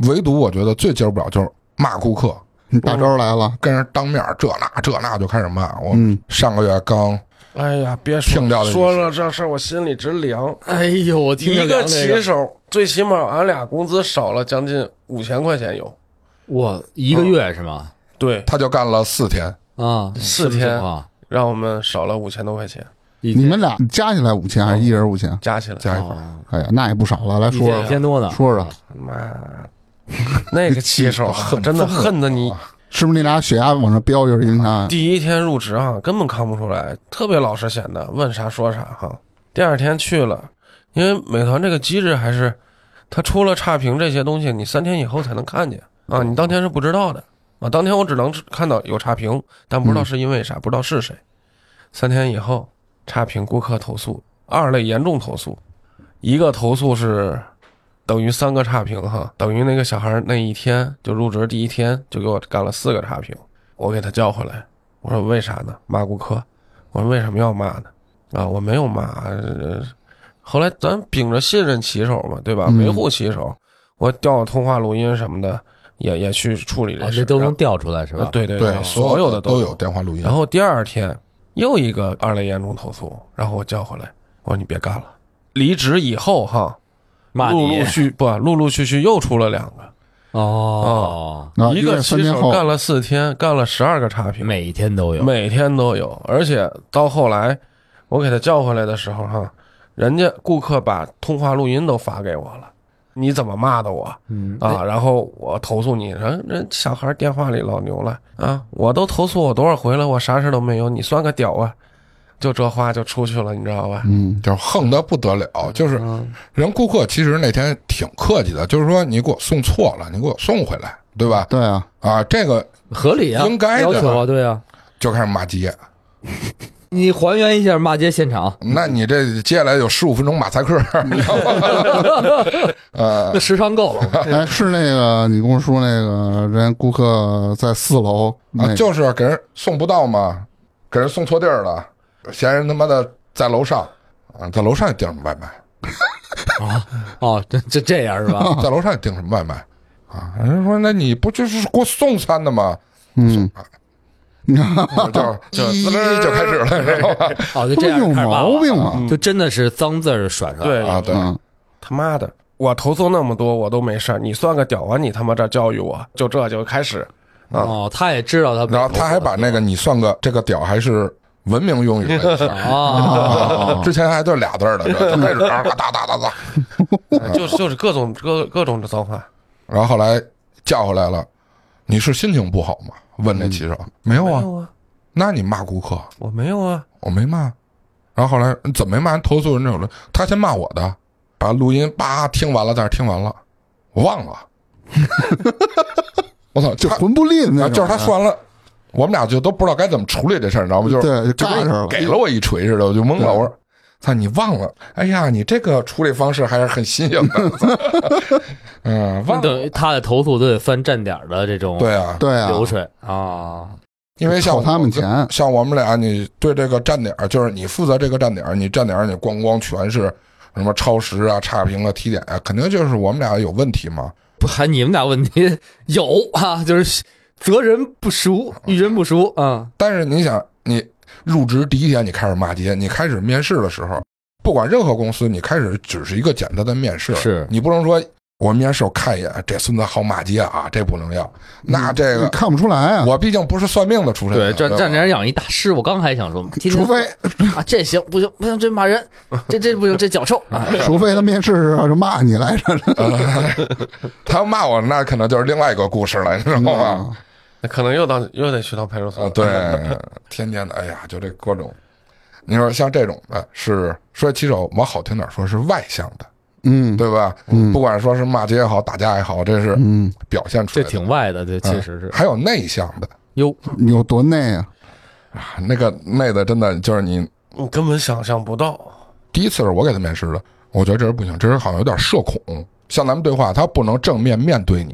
Speaker 3: 唯独我觉得最接受不了就是骂顾客，
Speaker 2: 你 [laughs] 大招来了，
Speaker 3: 跟人当面儿这那这那就开始骂。我
Speaker 2: 嗯，
Speaker 3: 上个月刚
Speaker 4: 哎呀，别说
Speaker 3: 听掉了
Speaker 4: 说了这事儿，我心里直凉。
Speaker 1: 哎呦，我听着
Speaker 4: 一个
Speaker 1: 凉这
Speaker 4: 骑手，最起码俺俩工资少了将近五千块钱有。
Speaker 1: 我一个月是吗？
Speaker 4: 对，
Speaker 3: 他就干了四天，
Speaker 1: 啊，什
Speaker 4: 四
Speaker 1: 么
Speaker 4: 天
Speaker 1: 情况
Speaker 4: 让我们少了五千多块钱，
Speaker 1: 一
Speaker 2: 你
Speaker 1: 天
Speaker 2: 们俩加起来五千还
Speaker 3: 哦
Speaker 2: 是一人五千？
Speaker 4: 加起来，
Speaker 3: 加一块儿。
Speaker 1: 哦
Speaker 2: 哎呀，那也不少了。来
Speaker 1: 一
Speaker 2: 说
Speaker 1: 天一
Speaker 2: 说
Speaker 1: 千多呢。
Speaker 2: 说说，
Speaker 4: 妈，那个骑手啊
Speaker 3: 恨
Speaker 4: 真的恨得你
Speaker 2: 是不是你俩血压往上飙就是因为他？
Speaker 4: 第一天入职啊，根本看不出来，特别老实显得，问啥说啥哈。第二天去了，因为美团这个机制还是，它出了差评这些东西，你三天以后才能看见啊，你当天是不知道的啊。当天我只能看到有差评，但不知道是因为啥，不知道是谁。三天以后，差评顾客投诉，二类严重投诉，一个投诉是等于三个差评哈，等于那个小孩儿那一天就入职第一天就给我干了四个差评，我给他叫回来，我说为啥呢？骂顾客，我说为什么要骂呢？啊，我没有骂。呃、后来咱秉着信任骑手嘛，对吧？
Speaker 2: 嗯
Speaker 4: 维护骑手，我调通话录音什么的，也也去处理
Speaker 1: 啊，
Speaker 4: 这事，
Speaker 1: 这都能
Speaker 4: 然
Speaker 1: 调出来是
Speaker 4: 后
Speaker 1: 吧？
Speaker 4: 啊对对
Speaker 3: 对，
Speaker 4: 所有
Speaker 3: 有
Speaker 4: 的
Speaker 3: 都
Speaker 4: 有。
Speaker 3: 电话录音。
Speaker 4: 然后第二天又一个二类严重投诉，然后我叫回来，我说你别干了。离职以后哈，
Speaker 1: 骂
Speaker 4: 陆陆
Speaker 1: 你
Speaker 4: 续不陆陆续续又出了两个，
Speaker 1: 哦，
Speaker 2: 然后
Speaker 4: 一
Speaker 2: 个
Speaker 4: 个
Speaker 2: 啊三
Speaker 4: 骑
Speaker 2: 天
Speaker 4: 手
Speaker 2: 后，
Speaker 4: 干了四天，干了十二个差评，
Speaker 1: 每一天都有，
Speaker 4: 啊每天都有，而且到后来我给他叫回来的时候哈，人家顾客把通话录音都发给我了，你怎么骂的我？
Speaker 1: 嗯
Speaker 4: 啊，然后我投诉你，人人小孩电话里老牛了啊，我都投诉我多少回了，我啥事都没有，你算个屌啊！就这话就出去了，你知道吧？
Speaker 2: 嗯，
Speaker 3: 就是横的不得了，就是人顾客其实那天挺客气的，就是说你给我送错了，你给我送回来，对吧？
Speaker 2: 对啊，
Speaker 3: [laughs] 啊，这个
Speaker 1: 合理啊，
Speaker 3: 应该
Speaker 1: 要
Speaker 3: 的
Speaker 1: 求啊，对啊，
Speaker 3: 就开始骂街，
Speaker 1: 你还原一下骂街现场，
Speaker 3: 那你这接下来有十五分钟马赛克，你知道吗呃
Speaker 1: 那，时长够
Speaker 3: [laughs]
Speaker 1: 了，
Speaker 2: 哎，是那个你跟我说那个人家顾客在四楼，那
Speaker 3: 啊，
Speaker 2: 个
Speaker 3: 就是给人送不到嘛，给人送错地儿了，嫌人他妈的在楼上啊，在楼上也订什么外卖，
Speaker 1: 哦，这这这样是
Speaker 3: [laughs]
Speaker 1: 吧？
Speaker 3: 在楼上也订什么外卖啊？人家说那你不就是给我送餐的吗？
Speaker 2: 嗯，你看
Speaker 3: 就就滋溜就开始了，知道吧？
Speaker 1: 哦，就
Speaker 2: 不是
Speaker 1: 这样
Speaker 2: 有
Speaker 1: 开始骂
Speaker 2: 毛
Speaker 1: 了
Speaker 2: 病吗？
Speaker 1: 就真的是脏字儿甩出来，
Speaker 4: 对，
Speaker 3: 啊，对，
Speaker 2: 嗯，
Speaker 4: 他妈的，我投诉那么多我都没事儿，你算个屌啊！你他妈这教育我，就这就开始，
Speaker 1: 哦，他也知道他，
Speaker 3: 嗯然后他还把那个你算个这个屌还是文明用语的一事儿，
Speaker 1: [laughs] 哦，
Speaker 3: 啊之前还就俩字儿的，就开始哒哒哒哒哒，
Speaker 4: 就就是各种各各种的脏话，
Speaker 3: 然后后来叫回来了，你是心情不好吗？问那骑手没有
Speaker 4: 没
Speaker 3: 啊？
Speaker 4: 有啊，
Speaker 3: 那你骂顾客？
Speaker 4: 我没有啊，
Speaker 3: 我没骂。然后后来嗯怎么没骂？人投诉人有了，他先骂我的，把录音叭听完了，在那儿听完了，我忘了。 [laughs] 我操，
Speaker 2: 就
Speaker 3: 他
Speaker 2: 魂不吝那
Speaker 3: 啊，
Speaker 2: 种
Speaker 3: 就是他说完了，我们俩就都不知道该怎么处理这事儿，你知道吗？就是
Speaker 2: 对
Speaker 3: 就
Speaker 2: 尬
Speaker 3: 跟
Speaker 2: 上了
Speaker 3: 给了我一锤似的，我就懵
Speaker 2: 对
Speaker 3: 了。我说：“操，你忘了？哎呀，你这个处理方式还是很新颖的。” [laughs] 嗯，
Speaker 1: 那
Speaker 3: [laughs] 忘
Speaker 1: 等
Speaker 3: 了。
Speaker 1: 于他的投诉都得翻站点儿的这种
Speaker 3: 对啊，
Speaker 2: 对啊，
Speaker 1: 流水啊，
Speaker 3: 因为像
Speaker 2: 扣他们
Speaker 3: 我跟
Speaker 2: 钱
Speaker 3: 像我们俩，你对这个站点儿，就是你负责这个站点儿，你站点儿你咣咣全是什么超时啊、差评啊、提点啊，肯定就是我们俩有问题嘛。
Speaker 1: 不还你们俩问题有啊， [laughs] 就是责人不熟，
Speaker 3: 嗯
Speaker 1: 遇人不熟啊，
Speaker 3: 但是你想，你入职第一天你开始骂街，你开始面试的时候，不管任何公司，你开始只是一个简单的面试，
Speaker 1: 是
Speaker 3: 你不能说我面试我看一眼，这孙子好骂街啊，这不能要。那这
Speaker 2: 嗯你
Speaker 3: 个、
Speaker 2: 看不出来啊，
Speaker 3: 我毕竟不是算命的出身啊，
Speaker 1: 对，站
Speaker 3: 吧
Speaker 1: 站点儿养一大师，我刚还想说，天
Speaker 2: 除
Speaker 1: 天
Speaker 2: 非
Speaker 1: 啊，这行不行不行，这骂
Speaker 3: [laughs]
Speaker 1: 人，这这不行，这脚臭啊，
Speaker 2: 除非他面试的时候就骂你来着，
Speaker 3: 他要骂我，那可能就是另外一个故事了，你知道吗？
Speaker 4: 那可能又到又得去趟派出所
Speaker 2: 嗯
Speaker 3: 啊，对，天天的，哎呀，就这各种。你说像这种的，是说骑手往好听点说是外向的，
Speaker 2: 嗯
Speaker 3: 对吧？不管说是骂街也好，打架也好，这是
Speaker 2: 嗯，
Speaker 3: 表现出
Speaker 1: 这
Speaker 3: 来的。
Speaker 1: 挺外的，这
Speaker 3: 嗯
Speaker 1: 确实是
Speaker 3: 还有内向的，
Speaker 1: 哟，
Speaker 2: 你有多内啊？
Speaker 3: 啊那个内的真的就是你
Speaker 4: 你根本想象不到。
Speaker 3: 第一次是我给他面试的，我觉得这人不行，这人好像有点社恐。像咱们对话，他不能正面面对你，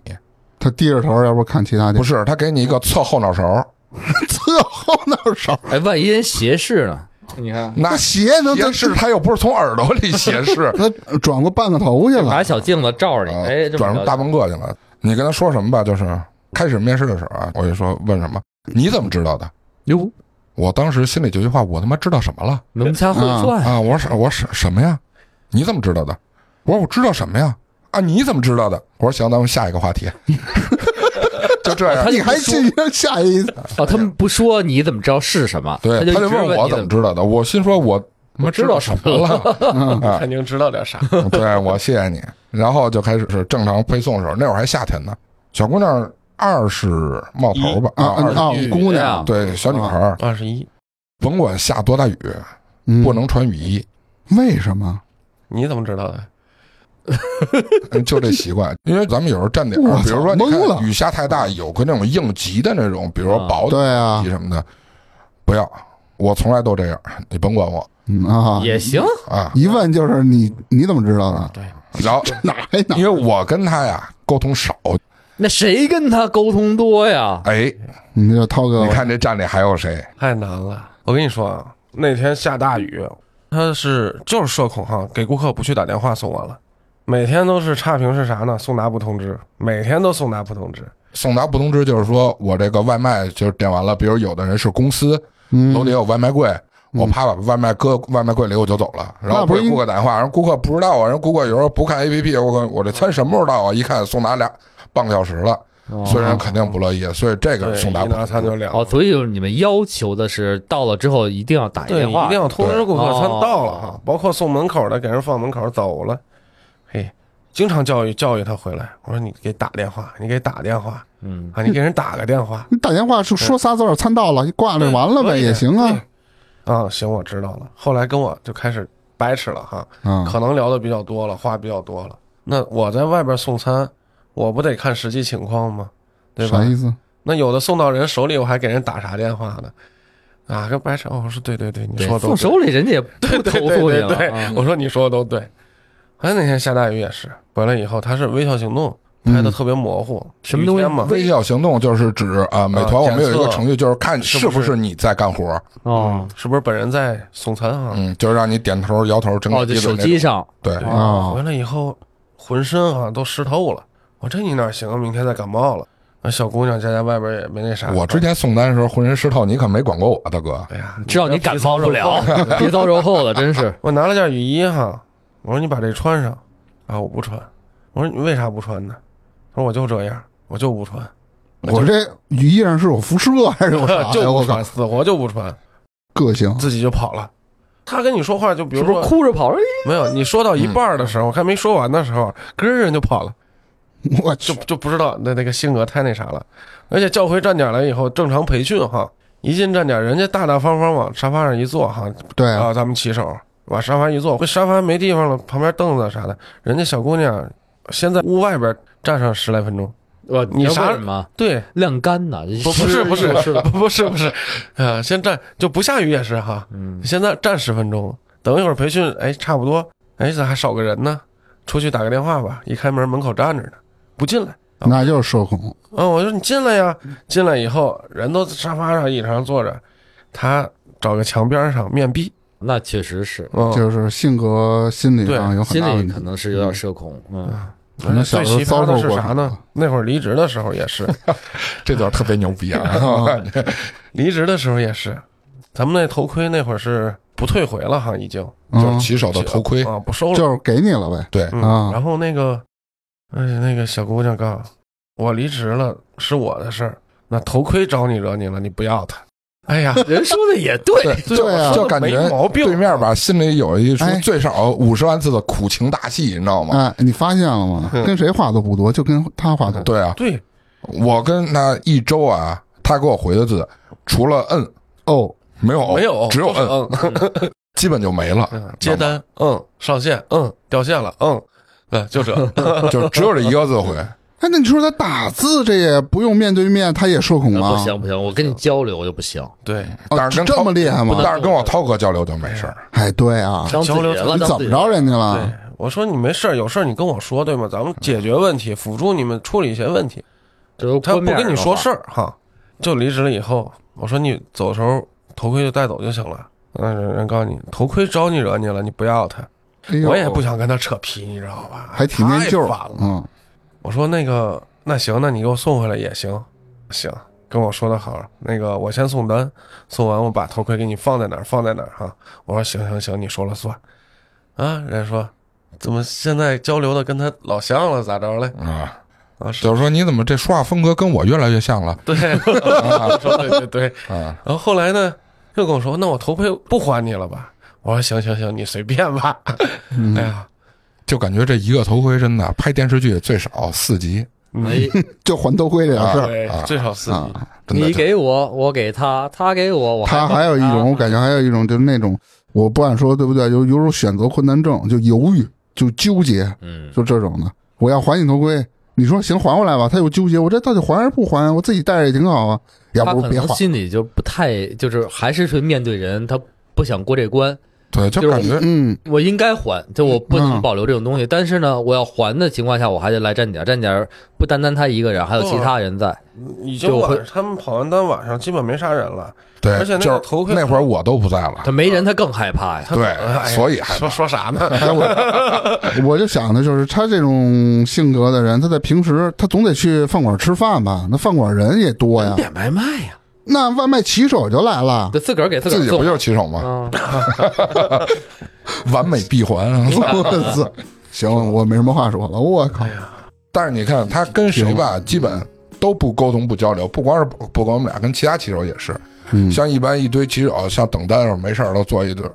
Speaker 2: 他低着头，要不看其他地
Speaker 3: 不
Speaker 2: 方，
Speaker 3: 是他给你一个侧后脑勺，
Speaker 2: [laughs] 侧后脑勺，
Speaker 1: 哎，万一人斜视呢？你看，
Speaker 3: 那
Speaker 2: 那鞋能，
Speaker 3: 斜视他又不是从耳朵里斜视
Speaker 2: 他转过半个头去
Speaker 1: 拿
Speaker 2: 了，
Speaker 1: 小镜子照着你，
Speaker 3: 啊
Speaker 1: 哎，这么
Speaker 3: 转成
Speaker 1: 着
Speaker 3: 大门哥去了。你跟他说什么吧，就是开始面试的时候啊，我就说问什么，你怎么知道的？
Speaker 1: 哟，
Speaker 3: 我当时心里就一句话，我他妈知道什么了
Speaker 1: 能掐会算，
Speaker 3: 啊！我说我什什么呀？你怎么知道的？我说我知道什么呀？啊，你怎么知道的？我说行，咱们下一个话 [laughs] 题，就这样
Speaker 1: 他。
Speaker 2: 你还进行下一
Speaker 1: 啊，他们不说你怎么知道是什么，
Speaker 3: 对，
Speaker 1: 就
Speaker 3: 他
Speaker 1: 一直
Speaker 3: 问
Speaker 1: 问
Speaker 3: 我
Speaker 1: 你
Speaker 3: 怎么知道的，我心说我他妈知道什么了？
Speaker 4: [laughs] 肯定知道点啥。
Speaker 3: [laughs] 对我谢谢你。然后就开始是正常配送的时候，那会儿还夏天呢，小姑娘二十冒头吧
Speaker 2: 啊
Speaker 3: 啊，二
Speaker 2: 啊
Speaker 3: 十
Speaker 2: 啊
Speaker 1: 一，
Speaker 2: 姑
Speaker 1: 对
Speaker 2: 娘
Speaker 1: 啊，
Speaker 3: 对小女孩儿，
Speaker 4: 二十一，
Speaker 3: 甭管下多大雨，
Speaker 2: 嗯
Speaker 3: 不能穿雨衣，
Speaker 2: 为什么？
Speaker 4: 你怎么知道的？
Speaker 3: 嗯就这习惯。因为咱们有时候站点
Speaker 2: 我
Speaker 3: 儿，
Speaker 2: 操
Speaker 3: 比如说你
Speaker 2: 懵了
Speaker 3: 看雨下太大，有个那种应急的那种，比如说
Speaker 1: 啊
Speaker 3: 薄的
Speaker 2: 对啊
Speaker 3: 雨，衣什么的，不要。我从来都这样，你甭管我
Speaker 2: 嗯啊，
Speaker 1: 也行，
Speaker 3: 啊。
Speaker 2: 一问就是你你怎么知道的？
Speaker 3: 然后，
Speaker 2: 哪还哪
Speaker 3: 因为我跟他呀沟通少，
Speaker 1: 那谁跟他沟通多呀？
Speaker 3: 哎，
Speaker 2: 你就涛哥
Speaker 3: 你，看这站里还有谁？
Speaker 4: 太难了。我跟你说啊，那天下大雨，他是就是社恐哈，给顾客不去打电话送完了，每天都是差评是啥呢？送达不通知，每天都送达不通知，
Speaker 3: 送达不通知就是说我这个外卖就是点完了，比如有的人是公司
Speaker 2: 嗯，
Speaker 3: 楼底下有外卖柜，我啪把外卖搁外卖柜里我就走了，然后
Speaker 2: 那不是
Speaker 3: 给
Speaker 2: 应
Speaker 3: 顾客打电话，人顾客不知道啊，人顾客有时候不看 A P P，我我这餐什么时候到啊？一看送达俩半个小时了，
Speaker 2: 哦
Speaker 3: 所以人肯定不乐意，所以这个
Speaker 4: 对，
Speaker 3: 送达不
Speaker 4: 一
Speaker 3: 通
Speaker 4: 拿餐就
Speaker 3: 知。
Speaker 4: 凉了。
Speaker 1: 哦，所以就是你们要求的是到了之后一定要打
Speaker 4: 对，
Speaker 1: 电
Speaker 4: 一
Speaker 1: 话，
Speaker 4: 定要通知顾客
Speaker 1: 对
Speaker 4: 餐到了
Speaker 1: 哦
Speaker 4: 哈，包括送门口的，给人放门口走了，嘿，经常教育教育他回来。我说你给打电话，你给打电话
Speaker 1: 嗯，
Speaker 4: 啊，你给人打个电话
Speaker 2: 你打电话是说仨字儿，餐到了，一挂了完了呗，
Speaker 4: 对
Speaker 2: 也行啊。
Speaker 4: 啊，行，我知道了。后来跟我就开始掰扯了哈，
Speaker 1: 嗯
Speaker 2: 啊，
Speaker 4: 可能聊的比较多了，话比较多了。那我在外边送餐，我不得看实际情况吗？对吧
Speaker 2: 啥？意思？
Speaker 4: 那有的送到人手里，我还给人打啥电话呢？啊，跟白扯，哦我说对对对，你说的
Speaker 1: 送
Speaker 4: 都对
Speaker 1: 手里人家也不投诉你
Speaker 4: 对
Speaker 1: 了
Speaker 4: 对对，
Speaker 1: 啊
Speaker 4: 我说你说的都对。还有那天下大雨也是，回来以后他是微笑行动拍的特别模糊，
Speaker 1: 嗯什么东西
Speaker 4: 雨天嘛？
Speaker 3: 微笑行动就是指啊，美团我们有一个程序，就是看是不是你在干活，
Speaker 1: 哦
Speaker 4: 是不是本人在送餐啊？
Speaker 3: 嗯，就是让你点头摇头，整
Speaker 1: 哦，
Speaker 3: 个
Speaker 1: 就
Speaker 3: 机子
Speaker 1: 手
Speaker 3: 那
Speaker 1: 机上
Speaker 3: 对，
Speaker 4: 对
Speaker 2: 哦
Speaker 4: 回来以后浑身好像都湿透了。我这你哪行啊？明天再感冒了。那小姑娘家在外边也没那啥。
Speaker 3: 我之前送单的时候浑身湿透，你可没管过我，啊大哥。
Speaker 4: 哎呀，
Speaker 1: 知道你感冒不了， [laughs] 皮糙肉厚的，真 [laughs] 是
Speaker 4: 我拿了件雨衣哈，我说你把这穿上，啊，我不穿。我说你为啥不穿呢？他说我就这样，我就不穿，
Speaker 2: 我这雨衣上是有辐射还是
Speaker 4: [laughs]
Speaker 2: 有啥呀？
Speaker 4: 就
Speaker 2: 我
Speaker 4: 不
Speaker 2: 靠
Speaker 4: 穿，，死活就不穿，
Speaker 2: 个性
Speaker 4: 自己就跑了。他跟你说话就比
Speaker 1: 是
Speaker 4: 如
Speaker 1: 不
Speaker 4: 说
Speaker 1: 是哭着跑？哎
Speaker 4: 没有，你说到一半儿的时候，还没说完的时候，咯儿人就跑了，
Speaker 2: 我
Speaker 4: 就
Speaker 2: 去，
Speaker 4: 就不知道那那个性格太那啥了。而且叫回站点来以后，正常培训哈，一进站点，人家大大方方往沙发上一坐哈，
Speaker 2: 对啊，
Speaker 4: 啊，咱们骑手往沙发一坐，这沙发没地方了，旁边凳子啥的，人家小姑娘先在屋外边站上十来分钟，
Speaker 1: 我
Speaker 4: 你
Speaker 1: 知道
Speaker 4: 啥
Speaker 1: 为什么
Speaker 4: 对， [laughs]
Speaker 1: 晾干呢？
Speaker 4: 不不是不是
Speaker 1: 是的，
Speaker 4: 不是不是，啊，先站就不下雨也是哈，
Speaker 1: 嗯
Speaker 4: 现在站十分钟，等一会儿培训，哎，差不多，哎，咋还少个人呢？出去打个电话吧。一开门，门口站着呢，不进来。
Speaker 2: 那就是社恐。
Speaker 4: 啊、我说你进来呀，进来以后，人都在沙发上、椅子上坐着，他找个墙边上面壁，
Speaker 1: 那确实是
Speaker 4: 嗯，
Speaker 2: 就是性格、心理上有很
Speaker 1: 心
Speaker 2: 大问
Speaker 1: 里
Speaker 2: 题
Speaker 1: 可。能是有点社恐，嗯，
Speaker 2: 可能小
Speaker 4: 哎
Speaker 2: 时
Speaker 4: 最
Speaker 2: 候
Speaker 4: 奇
Speaker 2: 遭
Speaker 4: 葩
Speaker 2: 受
Speaker 4: 的是
Speaker 2: 过
Speaker 4: 啥呢？那会儿离职的时候也是，
Speaker 3: 这段特别牛逼啊！ [laughs]
Speaker 4: 离职的时候也是，咱们那头盔那会儿是不退回了哈，已经
Speaker 3: 就是
Speaker 2: 嗯，
Speaker 3: 骑手的头盔，
Speaker 4: 啊不收了，
Speaker 2: 就是给你了呗。
Speaker 3: 对，
Speaker 4: 嗯
Speaker 2: 啊
Speaker 4: 然后那个，哎，那个小姑娘告诉我，我离职了是我的事儿，那头盔招你惹你了，你不要他。哎呀，
Speaker 1: 人说的也对，
Speaker 2: 对啊
Speaker 3: 就感觉
Speaker 4: 没毛病
Speaker 3: 对面吧，心里有一出
Speaker 2: 哎
Speaker 3: 最少五十万字的苦情大戏，你知道吗？
Speaker 2: 哎，你发现了吗？
Speaker 4: 嗯
Speaker 2: 跟谁话都不多，就跟他话多。
Speaker 3: 对啊，
Speaker 4: 对，
Speaker 3: 我跟他一周啊，他给我回的字除了嗯
Speaker 2: 哦，
Speaker 3: 没有
Speaker 4: 没有，
Speaker 3: 只有
Speaker 4: 就是
Speaker 3: 嗯，基本就没
Speaker 4: [laughs]
Speaker 3: 了
Speaker 4: 嗯，，接单，嗯，上线，嗯，掉线了，嗯，对，就这，
Speaker 3: 就只有这一个字回。
Speaker 2: 哎，那你说他打字这也不用面对面，他也社恐
Speaker 1: 呃不
Speaker 2: 啊？
Speaker 1: 行不行，我跟你交流我就不行，
Speaker 4: 对，
Speaker 2: 哦
Speaker 3: 但是跟
Speaker 2: 这
Speaker 3: 涛
Speaker 2: 么厉害吗
Speaker 1: 不能
Speaker 3: 但是跟我涛哥交流就没事儿，
Speaker 2: 哎，对啊，
Speaker 1: 当自己人了，
Speaker 2: 你怎
Speaker 1: 当自
Speaker 2: 么
Speaker 1: 己
Speaker 2: 着
Speaker 1: 人
Speaker 2: 人家
Speaker 4: 对
Speaker 2: 了？，
Speaker 4: 我说你没事儿，有事儿你跟我说，对吗？咱们解决问题，辅助你们处理一些问题。
Speaker 1: 就是
Speaker 4: 他
Speaker 1: 冠
Speaker 4: 不
Speaker 1: 冕
Speaker 4: 跟你
Speaker 1: 的
Speaker 4: 说
Speaker 1: 话
Speaker 4: 事儿哈，就离职了以后，我说你走的时候头盔就带走就行了。嗯，人人告诉你，头盔招你惹你了，你不要他。
Speaker 2: 哎呦
Speaker 4: 我也不，想跟他扯皮，你知道吧？
Speaker 2: 还挺念旧
Speaker 4: 太烦了。
Speaker 2: 嗯，
Speaker 4: 我说那个，那行，那你给我送回来也行，行，跟我说的好。那个我先送单，送完我把头盔给你放在哪儿，放在哪儿哈。我说行行行，你说了算。啊，人家说怎么现在交流的跟他老像了，咋着嘞？ [laughs]
Speaker 3: 啊，
Speaker 4: 啊，是
Speaker 3: 就是说你怎么这说话风格跟我越来越像了
Speaker 4: 对，我说对对对。
Speaker 3: 啊？
Speaker 4: 然后后来呢，又跟我说，那我头盔不还你了吧？我说行行行，你随便吧。 [laughs] 哎呀，
Speaker 3: 就感觉这一个头盔真的拍电视剧最少四集，
Speaker 1: 哎，
Speaker 2: [laughs] 就还头盔这点事儿。
Speaker 4: 嗯对，最少四级。
Speaker 2: 啊，
Speaker 3: 真的
Speaker 1: 你给我，我给他，他给我，我
Speaker 2: 他还有一种，我感觉还有一种就是那种，我不敢说对不对，就有种选择困难症，就犹豫，就纠结，
Speaker 1: 嗯，
Speaker 2: 就这种的。我要还你头盔，你说行还回来吧，他又纠结，我这到底还还是不还？我自己戴着也挺好啊，要
Speaker 1: 他
Speaker 2: 不
Speaker 1: 可
Speaker 2: 别
Speaker 1: 能
Speaker 2: 还。
Speaker 1: 心里就不太，就是还是去面对人，他不想过这关，
Speaker 3: 对，就
Speaker 1: 就是
Speaker 2: [laughs]
Speaker 3: 感觉
Speaker 2: 嗯，
Speaker 1: 我应该还，就我不能
Speaker 2: 嗯
Speaker 1: 保留这种东西。但是呢，我要还的情况下，我还得来站点，站点不单单他一个人，还有其他人在。
Speaker 4: 已经
Speaker 1: 就会
Speaker 4: 晚，他们跑完单晚上基本没啥人了。
Speaker 3: 对，
Speaker 4: 而且那个
Speaker 3: 就是
Speaker 4: 头盔
Speaker 3: 那会儿我都不在了
Speaker 1: 他，没人，他更害怕呀。
Speaker 2: 啊
Speaker 4: 他
Speaker 3: 对
Speaker 4: 哎呀
Speaker 3: 所以害怕
Speaker 4: 说说啥呢？
Speaker 2: 哎 [laughs] 我我就想的就是他这种性格的人，他在平时他总得去饭馆吃饭吧？那饭馆人也多呀，
Speaker 1: 点外卖呀，
Speaker 2: 那外卖骑手就来了。
Speaker 1: 得自个儿给自个
Speaker 3: 自
Speaker 1: 儿
Speaker 3: 己不
Speaker 1: 做。
Speaker 3: 就是骑手吗？
Speaker 1: 嗯，
Speaker 4: 嗯
Speaker 3: 完美闭环。啊
Speaker 2: 我 [laughs] 操！行了，我没什么话说了。我
Speaker 4: 哎
Speaker 2: 靠，
Speaker 3: 但是你看他跟谁吧，基本都不沟通不交流，不光是不不光我们俩，跟其他骑手也是。
Speaker 2: 嗯，
Speaker 3: 像一般一堆骑手，像等单的时候没事儿都坐一堆，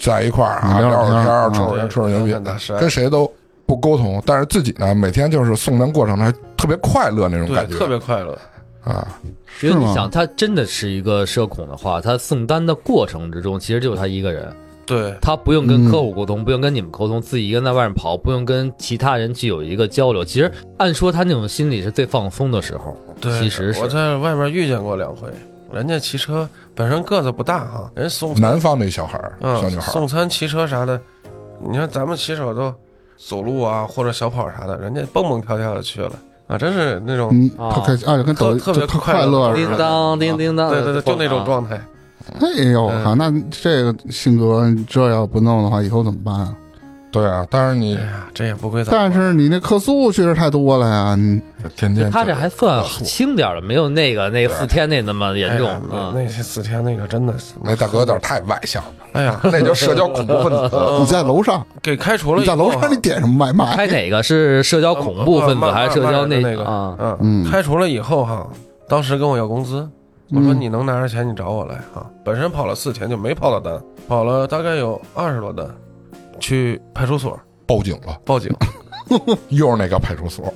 Speaker 3: 在一块儿啊
Speaker 2: 聊
Speaker 3: 聊
Speaker 2: 会儿
Speaker 3: 会儿
Speaker 2: 天
Speaker 3: 天
Speaker 2: 儿
Speaker 3: 儿，吹会儿
Speaker 4: 啊
Speaker 3: 吹会儿牛逼
Speaker 4: 那那是，
Speaker 3: 跟谁都不沟通。但是自己呢，每天就是送单过程还特别快乐那种
Speaker 4: 对
Speaker 3: 感，觉，
Speaker 4: 特别快乐。
Speaker 3: 啊，
Speaker 1: 因为
Speaker 2: 是吗
Speaker 1: 你想，他真的是一个社恐的话，他送单的过程之中，其实就是他一个人，
Speaker 4: 对，
Speaker 1: 他不用跟客户沟通，不用跟你们沟通，自己一个人在外面跑，不用跟其他人去有一个交流。其实按说他那种心理是最放松的时候，
Speaker 4: 对，
Speaker 1: 其实
Speaker 4: 我
Speaker 1: 是
Speaker 4: 在外面遇见过两回，人家骑车本身个子不大哈，人送
Speaker 3: 南方那小孩儿、小女
Speaker 4: 嗯
Speaker 3: 孩儿，
Speaker 4: 送餐骑车啥的，你看咱们骑手都走路啊或者小跑啥的，人家蹦蹦跳跳的去了啊，真是那种
Speaker 2: 嗯，
Speaker 1: 啊
Speaker 2: 特开心，而且跟抖
Speaker 4: 特特别
Speaker 2: 就特
Speaker 4: 快
Speaker 2: 快
Speaker 4: 乐
Speaker 2: 乐似
Speaker 1: 叮
Speaker 2: 的。
Speaker 1: 当叮叮当，
Speaker 4: 对对对，就那种
Speaker 1: 嗯状。
Speaker 4: 状态。
Speaker 2: 哎呦，
Speaker 4: 嗯
Speaker 2: 我靠！那这个性格，你这要不弄的话，以后怎么办啊？
Speaker 3: 对啊。但是你
Speaker 4: 哎呀，这也不归咱
Speaker 2: 但是你那客诉确实太多了呀，你
Speaker 3: 天天
Speaker 1: 他这还算
Speaker 3: 客诉
Speaker 1: 轻点儿的，没有那个那个四天那那么严重
Speaker 4: 哎呀那
Speaker 1: 啊。
Speaker 4: 那些四天那个真的是，
Speaker 3: 那大哥有点太外向了， [laughs]
Speaker 4: 哎呀，
Speaker 3: 那就社交恐怖分子
Speaker 4: 呃
Speaker 3: 了。
Speaker 2: 你在楼上，
Speaker 4: 给开除了
Speaker 2: 你
Speaker 4: 以后
Speaker 2: 在
Speaker 4: 啊。
Speaker 2: 楼上你点什么外卖？
Speaker 4: [laughs]
Speaker 1: 开哪个是社交恐怖分子
Speaker 4: 呃
Speaker 1: 还是社
Speaker 4: 慢
Speaker 1: 交
Speaker 4: 慢慢慢那
Speaker 1: 个啊？
Speaker 4: 个？
Speaker 2: 嗯
Speaker 4: 嗯，开除了以后哈，当时跟我要工资，我说
Speaker 2: 嗯
Speaker 4: 你能拿着钱你找我来哈。本身跑了四天就没跑到单，跑了大概有二十多单，去派出所
Speaker 3: 报警了，
Speaker 2: [laughs]
Speaker 4: 报警，
Speaker 3: 又是那个派出所，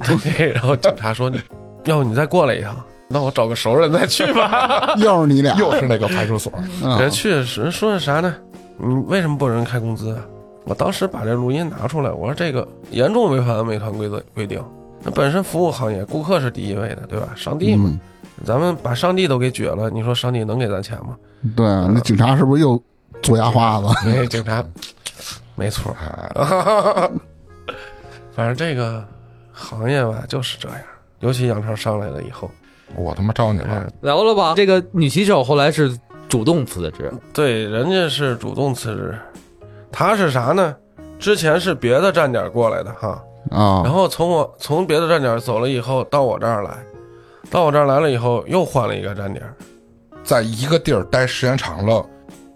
Speaker 4: 然后警察说你，要不你再过来一趟，那我找个熟人再去
Speaker 2: [laughs]
Speaker 4: 吧。
Speaker 2: 又是你俩，
Speaker 3: 又是那个派出所，
Speaker 2: 嗯
Speaker 4: 人去人说的啥呢？你为什么不让人开工资啊？我当时把这录音拿出来，我说这个严重违反美团规则规定。那本身服务行业，顾客是第一位的，对吧？上帝嘛，
Speaker 2: 嗯，
Speaker 4: 咱们把上帝都给撅了，你说上帝能给咱钱吗？
Speaker 2: 对，
Speaker 4: 呃
Speaker 2: 那警察是不是又左牙花
Speaker 4: [laughs]
Speaker 2: 子？啊
Speaker 4: 没警察，没错。啊 [laughs] 反正这个行业吧就是这样，尤其杨超上来了以后，
Speaker 3: 我他妈招你
Speaker 4: 哎
Speaker 3: 了，
Speaker 1: 聊了吧，这个女骑手后来是主动辞职，
Speaker 4: 对，人家是主动辞职，他是啥呢？之前是别的站点过来的哈，
Speaker 1: 哦
Speaker 4: 然
Speaker 2: 啊，
Speaker 4: 后从我从别的站点走了以后，到我这儿来，到我这儿来了以后，又换了一个站点。
Speaker 3: 在一个地儿待时间长了，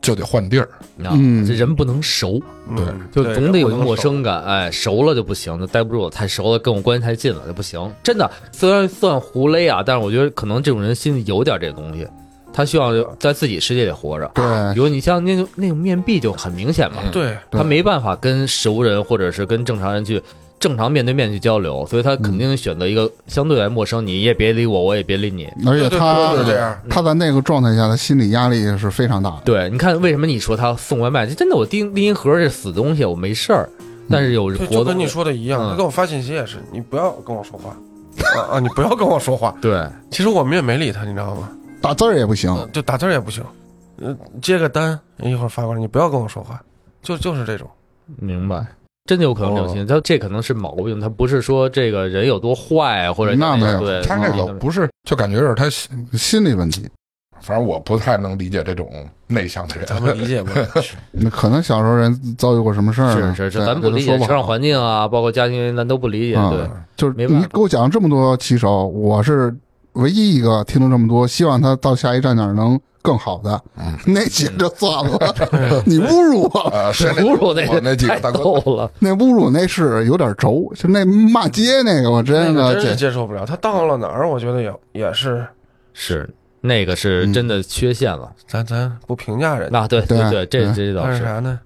Speaker 3: 就得换地儿。
Speaker 1: 你知道
Speaker 2: 嗯
Speaker 1: 吗？这人不能熟，
Speaker 4: 嗯，
Speaker 1: 就
Speaker 4: 对
Speaker 1: 总得有一个
Speaker 4: 人不能
Speaker 1: 陌
Speaker 4: 熟
Speaker 1: 生感。哎，熟了就不行，就待不住，太熟了跟我关系太近了就不行。真的，虽然算胡勒啊，但是我觉得可能这种人心里有点这东西，他需要在自己世界里活着。
Speaker 2: 对
Speaker 1: 比如你像那种那种面壁就很明显嘛，
Speaker 4: 对，
Speaker 1: 他没办法跟熟人或者是跟正常人去正常面对面去交流，所以他肯定选择一个相对来陌生，你也别理我，我也别理你。
Speaker 2: 而且
Speaker 4: 对
Speaker 2: 他
Speaker 4: 对嗯
Speaker 3: 是这样，
Speaker 2: 他在那个状态下，他心理压力是非常大的。
Speaker 1: 对，你看为什么你说他送外卖？这真的，我拎拎一盒这死东西，我没事儿，但是有
Speaker 4: 对，
Speaker 1: 活
Speaker 4: 就跟
Speaker 1: 动
Speaker 4: 你。说的一样，
Speaker 1: 嗯
Speaker 4: 他给我发信息也是，你不要跟我说话， [laughs] 啊啊，你不要跟我说话。
Speaker 1: 对，
Speaker 4: 其实我们也没理他，你知道吗？
Speaker 2: 打字儿也不行，
Speaker 4: 呃就打字儿也不行，嗯、接个单一会儿发过来，你不要跟我说话，就就是这种。
Speaker 1: 明白。真的有可能这种情况，他这可能是毛病，他不是说这个人有多坏或者
Speaker 2: 那没有
Speaker 1: 对，
Speaker 3: 他这个不是，就感觉是他，
Speaker 4: 嗯
Speaker 2: 心理问题。
Speaker 3: 反正我不太能理解这种内向
Speaker 4: [laughs]
Speaker 3: 的人。
Speaker 4: 咱们理解不了，
Speaker 2: 那可能小时候人遭遇过什么事儿
Speaker 1: 是
Speaker 2: 呢？
Speaker 1: 是
Speaker 2: 嗯
Speaker 1: 是，
Speaker 2: 对
Speaker 1: 咱不
Speaker 2: 这都
Speaker 1: 理
Speaker 2: 说不
Speaker 1: 解成长
Speaker 2: 好
Speaker 1: 环境啊，包括家庭原因，咱都不理解。
Speaker 2: 嗯
Speaker 1: 对，
Speaker 2: 就是
Speaker 1: 没办
Speaker 2: 你
Speaker 1: 法
Speaker 2: 给我讲这么多骑手，我是唯一一个听了这么多，希望他到下一站点能更好的。
Speaker 4: 哎
Speaker 2: [laughs]
Speaker 3: 嗯
Speaker 2: 那几个就算
Speaker 4: 嗯
Speaker 2: 了， [laughs] 你侮辱我，
Speaker 3: 呃，是
Speaker 1: 侮辱那
Speaker 3: 我那几个
Speaker 1: 太
Speaker 3: 大
Speaker 1: 逗
Speaker 3: 哥，
Speaker 1: 了。
Speaker 2: 那侮辱那是有点轴，就那骂街那个，我真
Speaker 4: 那
Speaker 2: 的
Speaker 4: 个真是
Speaker 2: 这
Speaker 4: 接受不了。他到了哪儿，我觉得也也是，
Speaker 1: 是那个是真的缺陷了。
Speaker 4: 咱咱不评价人家，
Speaker 1: 那对
Speaker 2: 对对
Speaker 1: 对，这这倒
Speaker 4: 但是
Speaker 1: 是。
Speaker 4: 啥呢？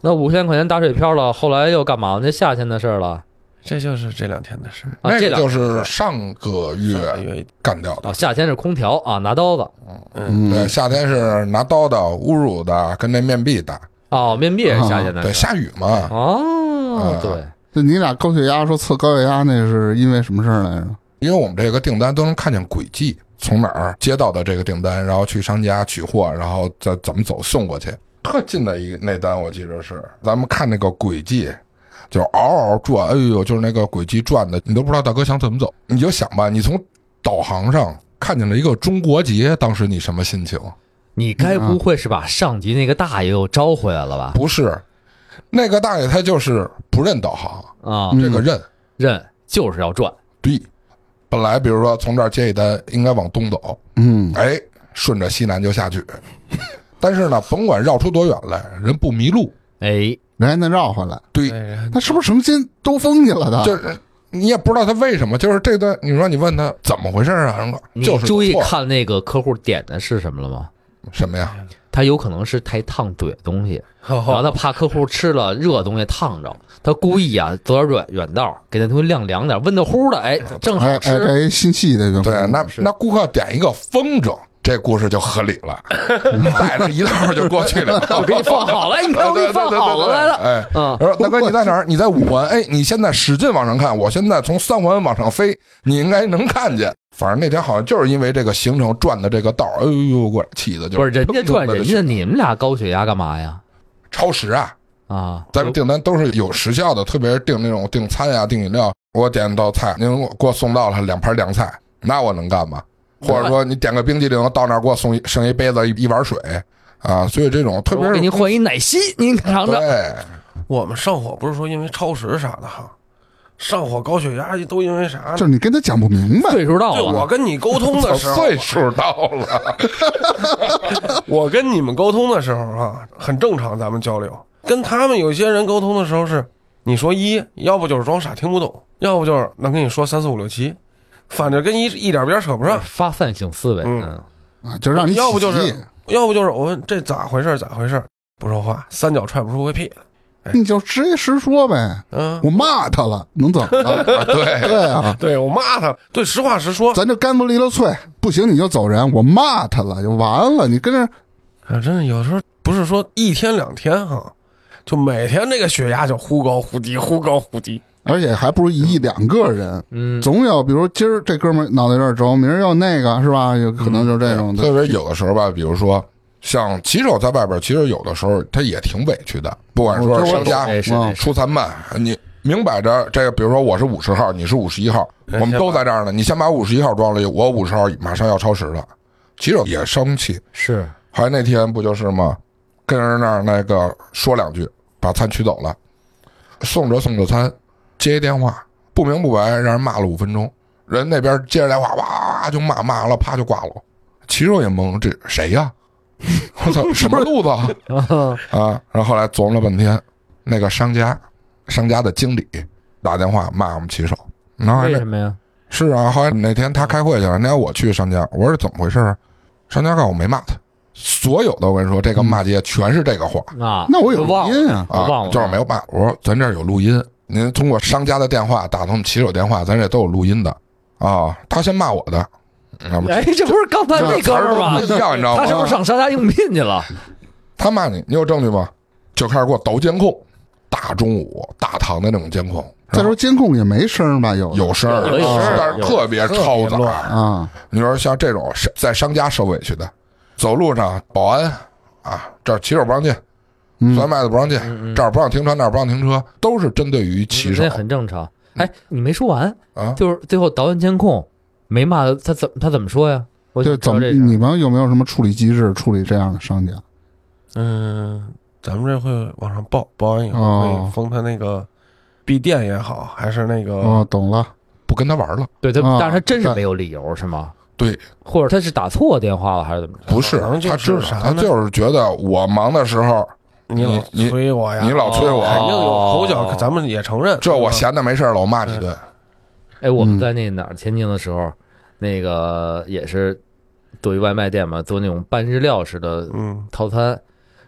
Speaker 1: 那五千块钱打水漂了，后来又干嘛？那夏天的事儿了
Speaker 4: 这就是这两天的事儿。
Speaker 1: 啊，
Speaker 3: 那
Speaker 1: 这
Speaker 3: 个
Speaker 1: 两
Speaker 3: 就是上个
Speaker 4: 上个
Speaker 3: 月
Speaker 4: 月
Speaker 3: 干掉的。
Speaker 1: 啊，夏天是空调啊，拿刀子
Speaker 3: 对，
Speaker 2: 嗯，
Speaker 3: 夏天是拿刀的、侮辱的，跟那面壁的。
Speaker 1: 哦，面壁也是夏天的
Speaker 3: 对，
Speaker 1: 事
Speaker 3: 下雨嘛，
Speaker 1: 哦
Speaker 3: 啊，
Speaker 1: 对，
Speaker 2: 就你俩高血压说测高血压那是因为什么事儿来着？
Speaker 3: 因为我们这个订单都能看见轨迹，从哪儿接到的这个订单，然后去商家取货，然后再怎么走送过去。特近的一那单，我记着是咱们看那个轨迹，就是嗷嗷转，哎呦，就是那个轨迹转的，你都不知道大哥想怎么走。你就想吧，你从导航上看见了一个中国结，当时你什么心情？
Speaker 1: 你该不会是把上级那个大爷又招回来了吧？
Speaker 3: 不是，那个大爷他就是不认导航，
Speaker 1: 啊，
Speaker 3: 这个认
Speaker 1: 认就是要赚，
Speaker 3: 对。本来比如说从这儿接一单，应该往东走，
Speaker 2: 嗯，
Speaker 3: 哎，顺着西南就下去。但是呢，甭管绕出多远来，人不迷路。
Speaker 1: 哎，
Speaker 2: 人家能绕回来，
Speaker 3: 对，
Speaker 4: 对，然后
Speaker 2: 他是不是什么心兜风去
Speaker 1: 啊
Speaker 2: 了？他
Speaker 3: 就是你也不知道他为什么，就是这段，你说你问他怎么回事啊？人说
Speaker 1: 你
Speaker 3: 就是
Speaker 1: 注意
Speaker 3: 错
Speaker 1: 看嗯那个客户点的是什么了吗？
Speaker 3: 什么呀？
Speaker 1: 他有可能是太烫嘴的东西，然后他怕客户吃了热东西烫着，他故意啊走点远远道儿，给那东西晾凉点儿，温度乎的，哎，正
Speaker 2: 哎
Speaker 1: 好
Speaker 2: 哎，这
Speaker 1: 吃。
Speaker 2: 一心细的员工
Speaker 3: 对，那那顾客点一个风筝，这故事就合理
Speaker 1: [laughs]
Speaker 3: 了，带着一道就过去了。
Speaker 1: 我给你放好了，你看我给
Speaker 3: [laughs] 对
Speaker 1: 你放好了来了。
Speaker 3: 哎，
Speaker 1: 嗯，
Speaker 3: [laughs] 我说大哥你在哪儿？你在五环，哎，你现在使劲往上看，我现在从三环往上飞，你应该能看见。反正那天好像就是因为这个行程转的这个道儿，哎呦，给我气的就
Speaker 1: 不是人家赚
Speaker 3: 腾腾地
Speaker 1: 人
Speaker 3: 就
Speaker 1: 家，你们俩高血压干嘛呀？
Speaker 3: 超时啊！
Speaker 1: 啊，
Speaker 3: 咱们订单都是有时效的，特别是订那种订餐呀、订饮料，我点道菜，您给我送到了两盘凉菜，那我能干吗？或者说你点个冰激凌到那儿给我送一啊剩一杯子一一碗水啊，所以这种特别
Speaker 1: 我
Speaker 3: 是
Speaker 1: 给您换一奶昔，您尝尝。
Speaker 3: 对，
Speaker 4: 我们上火不是说因为超时啥的哈，上火高血压都因为啥呢？
Speaker 2: 就是你跟他讲不明白，
Speaker 1: 岁数到
Speaker 4: 对我
Speaker 1: 了，
Speaker 4: 跟你沟通的时
Speaker 3: [laughs]
Speaker 4: 候，
Speaker 3: 岁数到了，
Speaker 4: 我跟你们沟通的时候啊，很正常，咱们交流。跟他们有些人沟通的时候是，你说一，要不就是装傻听不懂，要不就是能跟你说三四五六七，反正跟一一点边儿扯不上。
Speaker 1: 发散性思维，
Speaker 4: 嗯
Speaker 1: 嗯，
Speaker 2: 啊，就让你
Speaker 4: 要不就
Speaker 2: 起
Speaker 4: 是
Speaker 2: 急，
Speaker 4: 要不就是我问这咋回事儿咋回事儿，不说话，三脚踹不出个屁。
Speaker 2: 你就实一实说呗。
Speaker 4: 嗯，
Speaker 2: 我骂他了，能怎么
Speaker 3: [laughs]
Speaker 2: 了？
Speaker 1: [laughs]
Speaker 3: 啊对，
Speaker 2: 对啊，
Speaker 4: 对我骂他，对，实话实说。
Speaker 2: 咱就干不离了脆，不行你就走人。我骂他了就完了，你跟这
Speaker 4: 啊，真的有时候不是说一天两天哈，就每天这个血压就忽高忽低，忽高忽低。
Speaker 2: 而且还不如一两个人，
Speaker 1: 嗯
Speaker 2: 总有，比如今儿这哥们儿脑袋有点轴，明儿又那个，是吧？有可能就是这种
Speaker 3: 特
Speaker 2: 的。
Speaker 3: 别有的时候吧，比如说像骑手在外边，其实有的时候他也挺委屈的，不管说
Speaker 2: 我
Speaker 3: 是商家
Speaker 1: 哎是
Speaker 2: 嗯
Speaker 1: 哎是
Speaker 3: 出餐慢，你明摆着这个，比如说我是五十号，你是五十一号，
Speaker 4: 哎
Speaker 1: 呃
Speaker 3: 我们都在这儿呢。你先把五十一号装了，我五十号马上要超时了，骑手也生气。
Speaker 1: 是
Speaker 3: 后来那天不就是吗？跟人那儿那个说两句，把餐取走了，送着送着餐，接一电话，不明不白让人骂了五分钟，人那边接着电话哇就骂骂了，啪就挂了。骑手也懵，这谁呀、 [laughs] 我操，什么路子啊？啊！然后后来琢磨了半天，那个商家，商家的经理打电话骂我们骑手，然后
Speaker 1: [laughs] 为
Speaker 3: 那
Speaker 1: 什么呀？
Speaker 3: 是啊，后来哪天他开会去了，那天我去商家，我说怎么回事啊？商家告诉我没骂他，所有的我跟你说，这个骂街全是这个话、
Speaker 1: 啊，
Speaker 2: 那我有
Speaker 1: 忘了
Speaker 2: 录音啊
Speaker 1: 我忘
Speaker 3: 啊，
Speaker 1: 了，
Speaker 3: 就是没有骂。我说咱这儿有录音，您通过商家的电话打通我们骑手电话，咱这都有录音的啊。他先骂我
Speaker 1: [laughs]
Speaker 3: 的，那不
Speaker 1: 哎，这不是刚才那哥们儿吗
Speaker 3: 词儿都？不一样，你知道啊
Speaker 1: 他是不
Speaker 3: 吗
Speaker 1: 是？上商家应聘去了？
Speaker 3: 他骂你，你有证据吗？就开始给我倒监控，大中午大堂的那种监控，
Speaker 2: 再说监控也没声儿吧？有
Speaker 3: 啊有声儿，
Speaker 1: 有有声儿
Speaker 3: 但是
Speaker 1: 有
Speaker 3: 特别嘈
Speaker 4: 特别
Speaker 3: 杂
Speaker 4: 乱。
Speaker 2: 啊，
Speaker 3: 你说像这种是在商家受委屈的，走路上保安啊，这儿骑手不让进，
Speaker 2: 嗯
Speaker 3: 专卖的不让进，这儿不让停车，那儿不让停车，都是针对于 [laughs] 骑
Speaker 1: 嗯
Speaker 3: 手
Speaker 1: 那很正常。哎，你没说完，
Speaker 3: 啊。
Speaker 1: 就是最后导演监控没骂他，他怎他怎么说呀？我
Speaker 2: 就
Speaker 1: 就
Speaker 2: 怎么你们有没有什么处理机制处理这样的商家？
Speaker 4: 嗯，咱们这会往上报，报完以后
Speaker 2: 哦
Speaker 4: 会封他那个闭店也好，还是那个、
Speaker 2: 哦，懂了，
Speaker 3: 不跟他玩了，
Speaker 1: 对他
Speaker 2: 啊，
Speaker 1: 但是他真是
Speaker 2: 对
Speaker 1: 没有理由是吗？
Speaker 3: 对，
Speaker 1: 或者他是打错电话了还是怎么着？
Speaker 3: 不是
Speaker 4: 可能就
Speaker 3: 他
Speaker 4: 是
Speaker 3: 知
Speaker 4: 啥
Speaker 3: 道，
Speaker 4: 呢
Speaker 3: 他就是觉得我忙的时候，
Speaker 4: 你老
Speaker 3: 你你
Speaker 4: 催我呀，
Speaker 3: 你老催我啊
Speaker 4: 肯定有口
Speaker 1: 哦
Speaker 4: 角，咱们也承认。
Speaker 3: 这
Speaker 1: 嗯
Speaker 3: 我
Speaker 4: 想
Speaker 3: 闲的没事儿了，我骂你一顿，
Speaker 1: 哎，我们
Speaker 2: 嗯
Speaker 1: 在那哪儿天津的时候，那个也是做一外卖店嘛，做那种半日料式的
Speaker 4: 嗯，
Speaker 1: [laughs] 套餐。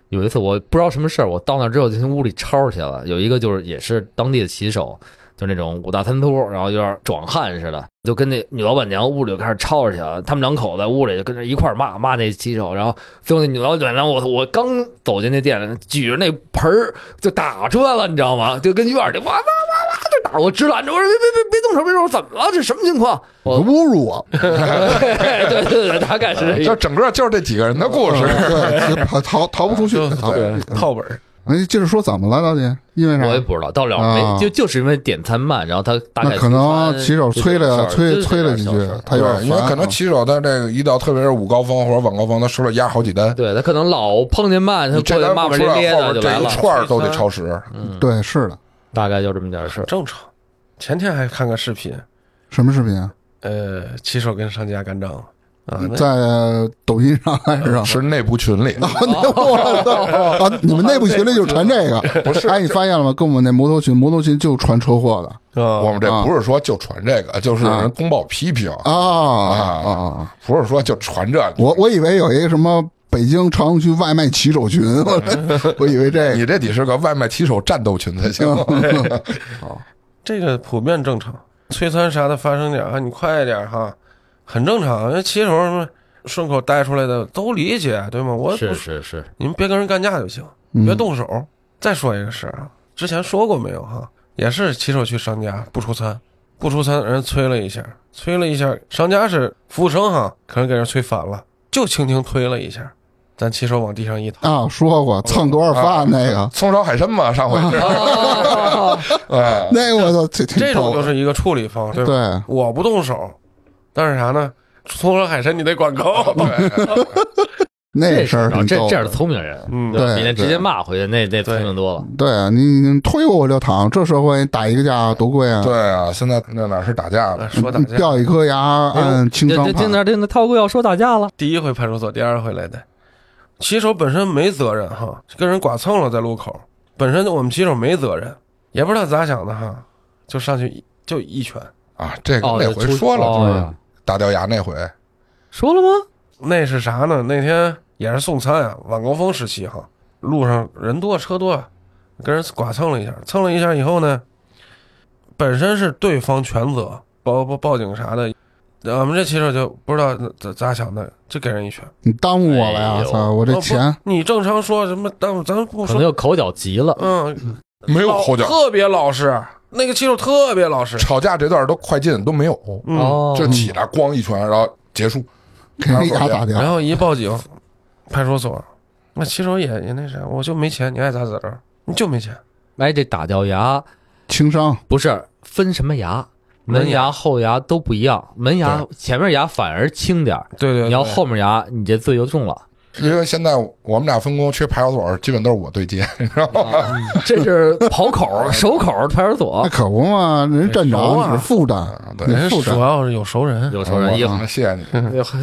Speaker 1: 有一次我不知道什么事儿，我到那之后就从屋里抄去了。有一个就是也是当地的骑手，就那种五大三粗，然后有点壮汉似的，就跟那女老板娘屋里就开始吵吵去了。他们两口子在屋里就跟着一块儿骂骂那骑手，然后最后那女老板娘，我我刚走进那店，举着那盆儿就打出来了，你知道吗？就跟院儿里哇哇哇哇就打我直拦着，我说别别别别动手，别动手，怎么了？这什么情况？ [laughs]
Speaker 2: 你
Speaker 1: 我
Speaker 2: 侮辱我！
Speaker 1: 对对对对，大概是这
Speaker 3: 就
Speaker 1: 样。
Speaker 3: 整个就是这几个人的故
Speaker 1: 嗯
Speaker 3: 事。
Speaker 2: 嗯对，逃逃逃不出去。
Speaker 4: 就
Speaker 2: 逃
Speaker 4: 对套本儿
Speaker 2: 哎，接着说怎么了，到底因为
Speaker 1: 我也
Speaker 2: 啥？
Speaker 1: 不知道，到了
Speaker 2: 啊
Speaker 1: 没就就是因为点餐慢，然后他大概
Speaker 2: 那可能
Speaker 1: 点餐
Speaker 2: 骑手催了
Speaker 1: 就
Speaker 2: 催
Speaker 1: 这点事儿
Speaker 2: 催了几句
Speaker 1: 就这点事儿，
Speaker 2: 他有点
Speaker 3: 对，因为
Speaker 2: 烦
Speaker 3: 可能
Speaker 2: 啊
Speaker 3: 骑手他这个一到特别是午高峰或者晚高峰，他手里压好几单，
Speaker 1: 对他可能老碰见慢，他
Speaker 3: 你
Speaker 1: 过
Speaker 3: 这
Speaker 1: 去
Speaker 3: 单
Speaker 1: 骂骂
Speaker 3: 不
Speaker 1: 咧
Speaker 3: 出来，
Speaker 1: 咧
Speaker 3: 后
Speaker 1: 的就
Speaker 3: 边这
Speaker 1: 来
Speaker 3: 一
Speaker 1: 了，嗯
Speaker 3: 串儿都得超时。
Speaker 2: 对，是的，
Speaker 1: 大概就这么点事儿。
Speaker 4: 正常。前天还看个视频，
Speaker 2: 什么视频啊？
Speaker 4: 呃，骑手跟商家干仗了啊，那
Speaker 2: 在抖音上还
Speaker 1: [laughs] 啊
Speaker 2: 是吧？
Speaker 3: 是内部群
Speaker 1: 嗯
Speaker 3: 里，
Speaker 2: 啊，你我操！啊，你们内部群里就传这个，不是？哎，你发现了吗？跟我们那摩托群，摩托群就传车祸的
Speaker 4: 啊
Speaker 3: 我们
Speaker 1: 嗯
Speaker 3: 这不是说就传这个，就是有人通报批评，
Speaker 2: 啊啊
Speaker 3: 啊
Speaker 2: 啊啊！
Speaker 3: 不是说就传这个。
Speaker 2: 我我以为有一个什么北京朝阳区外卖骑手
Speaker 1: [laughs]
Speaker 2: 群，我 [laughs] 我以为这个
Speaker 3: 你这得是个外卖骑手战斗群才行。
Speaker 2: 嗯
Speaker 4: 这个普遍正常，催餐啥的发生点儿啊，你快一点儿哈，很正常。因为骑手什么顺口带出来的都理解，对吗？我
Speaker 1: 是是
Speaker 3: [laughs]
Speaker 1: 是，
Speaker 4: 你们别跟人干架就行，
Speaker 2: 嗯
Speaker 4: 别动手。再说一个事儿啊，之前说过没有哈？也是骑手去商家不出餐，不出餐，人催了一下，催了一下，商家是服务生哈，可能给人催烦了，就轻轻推了一下，咱骑手往地上一
Speaker 2: [laughs]
Speaker 4: 躺，
Speaker 2: 啊，说过蹭多少饭那
Speaker 1: 啊
Speaker 2: 个，
Speaker 3: 葱烧海参嘛，上回是，哎，
Speaker 2: [laughs] 那个我操，
Speaker 4: 这种就是是一个处理方式，对吧
Speaker 2: 对。
Speaker 4: 我不动手，但是啥呢？葱烧海参你得管够，
Speaker 3: [laughs] 哎
Speaker 2: 那事
Speaker 1: 事
Speaker 2: 儿
Speaker 1: 儿
Speaker 2: 挺
Speaker 1: 这
Speaker 2: 逗
Speaker 1: 这样
Speaker 2: 的，
Speaker 1: 的聪明人，
Speaker 4: 嗯
Speaker 2: 对
Speaker 1: 比那直
Speaker 2: 对
Speaker 1: 接骂回去那那聪明多了。
Speaker 2: 对啊，你你推我我就躺，这社会打一个架多贵啊！
Speaker 3: 对啊，现在那哪是打架
Speaker 4: 啊
Speaker 3: 了？
Speaker 4: 说打
Speaker 2: 你
Speaker 4: 架，
Speaker 2: 掉一颗牙按轻
Speaker 1: 哎这
Speaker 2: 伤
Speaker 1: 这听
Speaker 2: 判，
Speaker 1: 着听着，涛哥要说打架了，
Speaker 4: 第一回派出所，第二回来的。骑手本身没责任哈，跟人剐蹭了在路口，本身我们骑手没责任，也不知道咋想的哈，就上去一就一拳。
Speaker 3: 啊，这个
Speaker 1: 哦
Speaker 3: 那回说了，
Speaker 1: 哦
Speaker 3: 就是
Speaker 1: 呀
Speaker 3: 打掉牙那回，
Speaker 1: 说了吗？
Speaker 4: 那是啥呢？那天也是送餐啊，晚高峰时期哈，路上人多车多，啊跟人剐蹭了一下，蹭了一下以后呢，本身是对方全责，报报报警啥的，我们这骑手就不知道咋咋想的，就给人一拳。
Speaker 2: 你耽误我了
Speaker 1: 哎
Speaker 2: 呀！
Speaker 1: 呦
Speaker 2: 操，我这钱
Speaker 4: 哦不你正常说什么？但咱不
Speaker 1: 可能
Speaker 4: 说，
Speaker 1: 又口角急了，
Speaker 4: 嗯，
Speaker 3: 没有后脚，
Speaker 1: 哦
Speaker 4: 特别老实，那个骑手特别老实。
Speaker 3: 吵架这段都快进都没有，
Speaker 4: 嗯
Speaker 1: 哦，
Speaker 3: 就起来咣一拳，然后结束。
Speaker 2: 给人牙打掉
Speaker 4: 然，后一报警，派出所，那骑手也也那啥，我就没钱，你爱咋咋着，你就没钱。
Speaker 1: 哎，这打掉牙
Speaker 2: 轻伤
Speaker 1: 不啊是分什么牙，
Speaker 4: 门牙
Speaker 1: 门牙、后牙都不一样，门牙前面牙反而轻点儿，
Speaker 4: 对对对，
Speaker 1: 你要后面牙，你这罪就重了。
Speaker 3: 因为现在我们俩分工去派出所，基本都是我对接，你知道吗？
Speaker 1: 这是跑口、手口派出
Speaker 2: 那 [laughs]
Speaker 1: 所，
Speaker 2: 哎可不嘛，人站
Speaker 4: 熟啊
Speaker 2: 长只是负担，你
Speaker 4: 人
Speaker 2: 负
Speaker 4: 哎主
Speaker 2: 担。
Speaker 4: 要是有熟人，
Speaker 1: 有仇人一
Speaker 3: 啊谢谢你。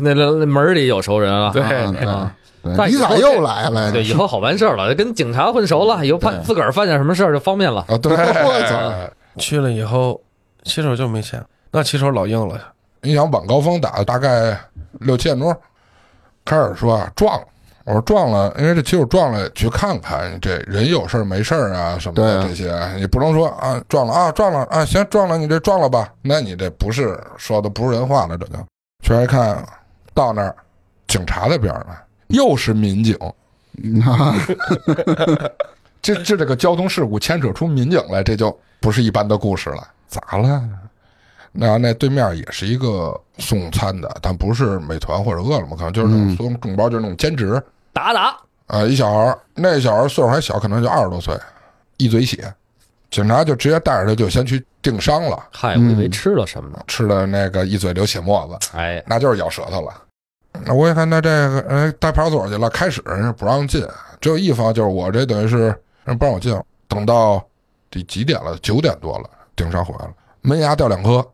Speaker 1: 那那那门儿里有仇人啊。
Speaker 4: 对
Speaker 2: 嗯
Speaker 1: 啊
Speaker 2: 对对，
Speaker 1: 但
Speaker 2: 你
Speaker 1: 以后
Speaker 2: 咋
Speaker 1: 这
Speaker 2: 又来了？
Speaker 1: 对，以后好办事儿了，跟警察混熟了，以后犯自个儿犯点什么事儿就方便了。
Speaker 3: 啊，对，
Speaker 2: 我操
Speaker 4: 去了以后，骑手就没钱，那骑手老硬了，
Speaker 3: 你想晚高峰打大概六七点钟，开始说啊撞了，我说撞了，因为这骑手撞了，去看看这人有事儿没事儿啊什么的、
Speaker 2: 对啊
Speaker 3: 这些，你不能说啊撞了啊撞了啊行撞了你这撞了吧，那你这不是说的不是人话了，这就去一看到那儿，警察在边儿呢，又是民警，
Speaker 2: 你 [laughs] 嗯看，
Speaker 3: 这这这个交通事故牵扯出民警来，这就不是一般的故事了。咋了？那那对面也是一个送餐的，但不是美团或者饿了么，可能就是那种送众包，就是那种兼职
Speaker 1: 打打，
Speaker 3: 啊、一小孩儿，那小孩儿岁数还小，可能就二十多岁，一嘴血，警察就直接带着他就先去定伤了，
Speaker 1: 嗨，我以为吃了什么呢。
Speaker 3: 吃的那个一嘴流血沫子，
Speaker 1: 哎，
Speaker 3: 那就是咬舌头了。那我也看他这个，呃，带派出所去了，开始人家不让进，只有一方就是我这等于是人不让我进，等到这几点了？九点多了，顶上回来了，门牙掉两颗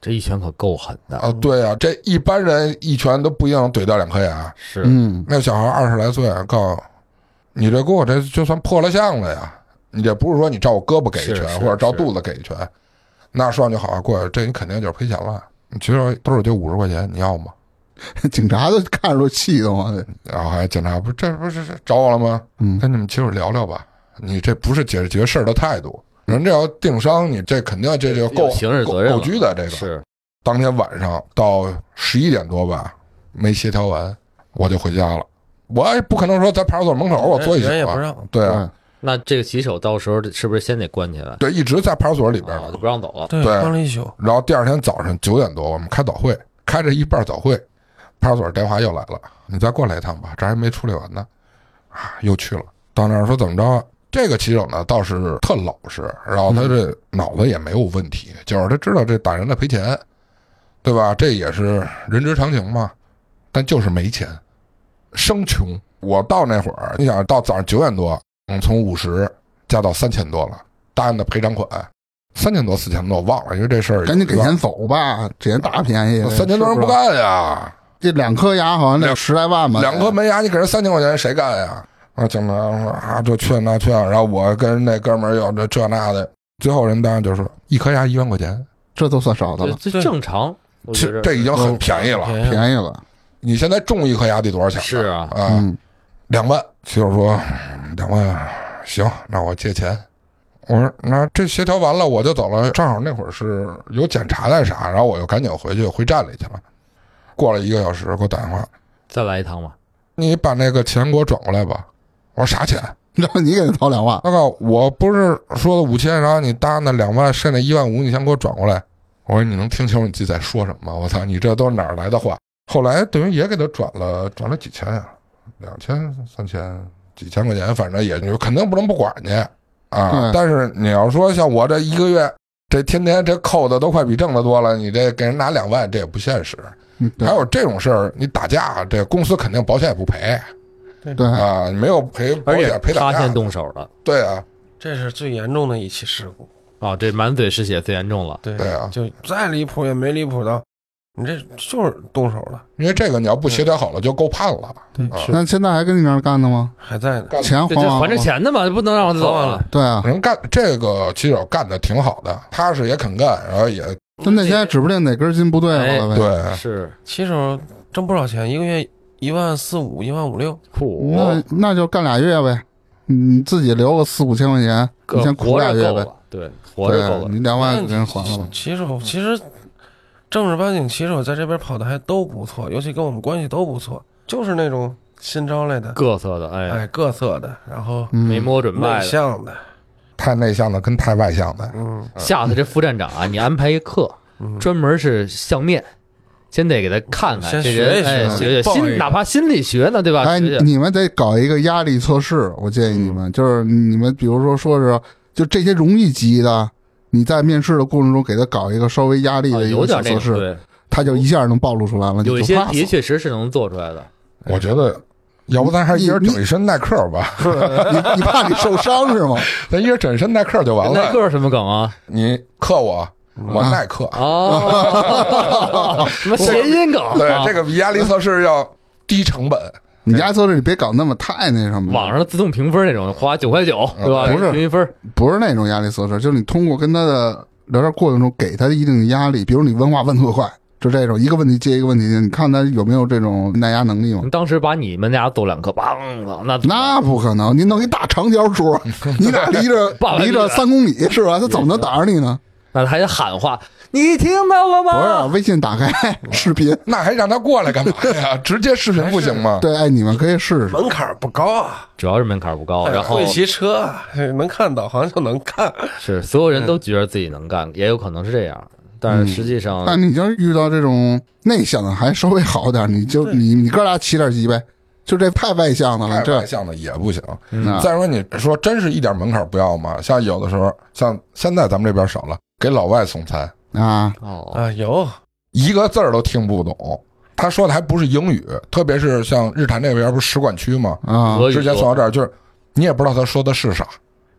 Speaker 1: 这一拳可够狠的，
Speaker 3: 啊！对啊，这一般人一拳都不一定能怼掉两颗牙。
Speaker 1: 是
Speaker 2: 嗯，
Speaker 3: 那小孩二十来岁，告诉你这给我这就算破了相了呀！你这不是说你照我胳膊给一
Speaker 1: 是
Speaker 3: 拳，
Speaker 1: 是
Speaker 3: 或者照
Speaker 1: 是
Speaker 3: 肚子给一拳，那说上去好好过去，这你肯定就是赔钱了。你其实兜里就五十块钱，你要吗？
Speaker 2: [laughs] 警察都看着都气得慌。
Speaker 3: 然后还警察不是这不是是找我了吗？
Speaker 2: 嗯
Speaker 3: 跟你们骑手聊聊吧，你这不是解决事儿的态度。人这要定伤，你这肯定这就够
Speaker 1: 有刑事责任了
Speaker 3: 够够拘的。这个
Speaker 1: 是
Speaker 3: 当天晚上到十一点多吧，没协调完，我就回家了。我也不可能说在派出所门口我坐一宿
Speaker 4: 人人也不
Speaker 3: 啊，
Speaker 4: 让，
Speaker 3: 对啊，
Speaker 2: 嗯
Speaker 1: 那这个骑手到时候是不是先得关起来？
Speaker 3: 对，一直在派出所里边呢
Speaker 1: 啊，就不让走了。
Speaker 4: 对，
Speaker 3: 对
Speaker 4: 关了一宿。
Speaker 3: 然后第二天早上九点多，我们开早会，开着一半早会，派出所电话又来了，你再过来一趟吧，这还没处理完呢。啊，又去了，到那儿说怎么着啊？这个骑手呢倒是特老实，然后他这脑子也没有问题，就是他知道这打人了赔钱，对吧？这也是人之常情嘛，但就是没钱，生穷。我到那会儿，你想到早上九点多，嗯，从五十加到三千多了，答应的赔偿款三千多四千多，忘了，因为这事儿
Speaker 2: 赶紧给钱走吧，捡大便
Speaker 1: 嗯
Speaker 2: 宜。
Speaker 3: 三千多人
Speaker 2: 是吧，
Speaker 1: 啊
Speaker 3: 不干呀，
Speaker 2: 这两颗牙好像得
Speaker 3: 两
Speaker 2: 十来万吧，
Speaker 3: 两颗门牙你给人三千块钱谁干呀？啊，警察说啊，这劝那劝，然后我跟那哥们儿又这这那的，最后人当然就说一颗牙一万块钱，
Speaker 2: 这都算少的
Speaker 1: 这
Speaker 2: 了，
Speaker 1: 这
Speaker 4: 对
Speaker 1: 正常，我
Speaker 3: 其
Speaker 1: 觉
Speaker 3: 实
Speaker 1: 着
Speaker 3: 这已经很便宜了。
Speaker 4: 便宜
Speaker 2: 便宜了。
Speaker 3: 你现在种一颗牙得多少钱呢？
Speaker 1: 是啊
Speaker 3: 啊，
Speaker 2: 嗯， [laughs]
Speaker 3: 两万。骑手说两万，行，那我借钱。我说那这协调完了我就走了，正好那会儿是有检查来啥，然后我就赶紧回去回站里去了。过了一个小时给我打电话，
Speaker 1: 再来一趟嘛。
Speaker 3: 你把那个钱给我转过来吧。我说啥钱？
Speaker 2: 然后你给他掏两万，
Speaker 3: 那个我不是说的五千，然后你搭那两万，剩那一万五，你先给我转过来。我说你能听清楚你自己在说什么吗？我操，你这都是哪儿来的话？后来等于也给他转了，转了几千呀、两千、三千、几千块钱，反正也肯定不能不管去啊
Speaker 2: 对。
Speaker 3: 但是你要说像我这一个月，这天天这扣的都快比挣的多了，你这给人拿两万，这也不现实。
Speaker 2: 嗯对
Speaker 3: 还有这种事儿，你打架，这公司肯定保险也不赔
Speaker 2: 对，
Speaker 3: 啊，没有赔保
Speaker 1: 而且
Speaker 3: 险赔打
Speaker 1: 他
Speaker 3: 架
Speaker 1: 先
Speaker 3: 的，
Speaker 1: 动手了
Speaker 3: 对啊，
Speaker 4: 这是最严重的一起事故。
Speaker 1: 啊，这满嘴是血最严重了。
Speaker 4: 对
Speaker 3: 对啊
Speaker 4: 就再离谱也没离谱到，你这就是动手了，
Speaker 3: 因为这个你要不协调好了就够判了。
Speaker 4: 对
Speaker 3: 啊
Speaker 2: 那现在还跟你那儿干呢吗？
Speaker 4: 还在呢。
Speaker 3: 干
Speaker 2: 钱还
Speaker 1: 这这
Speaker 2: 完
Speaker 1: 还这
Speaker 2: 了吗？
Speaker 1: 钱的嘛，不能让我走
Speaker 4: 还完
Speaker 1: 了
Speaker 4: 了。
Speaker 2: 对啊，
Speaker 3: 人干这个骑手干的挺好的，踏实也肯干，然后也
Speaker 2: 他那天指不定哪根筋不对
Speaker 1: 哎
Speaker 2: 了呗。
Speaker 3: 对，
Speaker 1: 是
Speaker 4: 骑手挣不少钱，一个月一万四五、一万五六，
Speaker 1: 苦，
Speaker 2: 那那就干俩月呗，你自己留个四五千块钱，
Speaker 1: 个
Speaker 2: 你先苦
Speaker 1: 活
Speaker 2: 俩
Speaker 1: 着
Speaker 2: 月
Speaker 1: 够
Speaker 2: 呗。
Speaker 1: 了，对，活
Speaker 2: 对
Speaker 1: 着
Speaker 2: 啊
Speaker 1: 够，了。
Speaker 2: 你两万给人还了吧。
Speaker 4: 骑手其实正儿八经骑手在这边跑的还都不错，尤其跟我们关系都不错，就是那种新招来的，
Speaker 1: 各色的，哎，
Speaker 4: 哎，各色的，然后
Speaker 2: 嗯
Speaker 1: 没摸准
Speaker 4: 内
Speaker 1: 脉的。
Speaker 4: 向的，
Speaker 3: 太内向的跟太外向的，
Speaker 4: 嗯，
Speaker 1: 下次这副站长啊，你安排一课，
Speaker 4: 嗯
Speaker 1: 专门是相面，先得给他看看
Speaker 4: 先
Speaker 1: 这
Speaker 4: 学
Speaker 1: 人，
Speaker 4: 一学
Speaker 1: 哎，学学
Speaker 4: 报一
Speaker 1: 心，
Speaker 4: 个
Speaker 1: 哪怕心理学呢，对吧？
Speaker 2: 哎，
Speaker 1: 学
Speaker 2: 你
Speaker 1: 学
Speaker 2: 你们得搞一个压力测试，我建议你
Speaker 1: 嗯
Speaker 2: 们，就是你们比如说说是就这些容易急的，你在面试的过程中给他搞一个稍微压力
Speaker 1: 啊
Speaker 2: 的一
Speaker 1: 有
Speaker 2: 个
Speaker 1: 点
Speaker 2: 小
Speaker 1: 那
Speaker 2: 测
Speaker 1: 个，
Speaker 2: 试，
Speaker 1: 对，
Speaker 2: 他就一下能暴露出来了，
Speaker 1: 有一
Speaker 2: 你
Speaker 1: 些
Speaker 2: 就 pass
Speaker 1: 题
Speaker 2: 了。
Speaker 1: 确实是能做出来的。
Speaker 3: 我觉得。嗯要不咱还一人整一身耐克吧，
Speaker 1: [laughs]
Speaker 2: 你你怕你受伤是吗？
Speaker 3: [laughs] 咱一人整一身耐克嗯就完
Speaker 1: 耐
Speaker 3: 了。
Speaker 1: 克是什么梗啊？
Speaker 3: 你克我，我
Speaker 2: 啊
Speaker 3: 耐克。
Speaker 1: 哦，什么谐音梗啊？
Speaker 3: [laughs] 对，这个比压力测试要低成本。
Speaker 2: 你压测试你别搞那么太那什么，
Speaker 1: 网上自动评分那种，花九块九，对吧？
Speaker 2: 不是
Speaker 1: 评一分，
Speaker 2: 不是那种压力测试，就是你通过跟他的聊天过程中给他一定的压力，比如你问话问特快，就这种一个问题接一个问题，你看他有没有这种耐压能力嘛？
Speaker 1: 当时把你们家揍两颗，梆了，那
Speaker 2: 那不可能，你弄一大长条
Speaker 3: [laughs]
Speaker 2: 桌，你俩离着
Speaker 1: 霸王
Speaker 2: 离
Speaker 1: 别
Speaker 2: 着
Speaker 1: 姬
Speaker 2: 三公里是吧？他怎么能打着你呢？
Speaker 1: 那还得喊话，你听到了
Speaker 2: 不
Speaker 3: 哦
Speaker 2: 是，
Speaker 1: 吗？
Speaker 2: 微信打开视频，
Speaker 3: [laughs] 那还让他过来干嘛 [laughs] 呀？直接视频不行吗？
Speaker 2: 对，哎，你们可以试试。
Speaker 4: 门槛儿不高啊，
Speaker 1: 主要是门槛不高，
Speaker 4: 哎
Speaker 1: 哦然后
Speaker 4: 会骑车啊，哎能看导航就能看，
Speaker 1: 是所有人都觉得自己能干，也有可能是这样，但是实际
Speaker 3: 哦
Speaker 1: 上
Speaker 2: 但你就是遇到这种内向的还稍微好点，你就
Speaker 4: 对
Speaker 2: 你你哥俩起点急呗，就这太外向的了，
Speaker 3: 太
Speaker 2: 这
Speaker 3: 外向的也不行。
Speaker 2: 嗯
Speaker 3: 再说，你说真是一点门槛不要吗？像有的时候，像现在咱们这边少了，给老外送餐，
Speaker 2: 啊，
Speaker 1: 哦，
Speaker 4: 啊，有
Speaker 3: 一个字儿都听不懂。他说的还不是英语，特别是像日坛那边不是使馆区吗？
Speaker 2: 啊，
Speaker 1: 俄语
Speaker 3: 之前送到这儿就是你也不知道他说的是啥，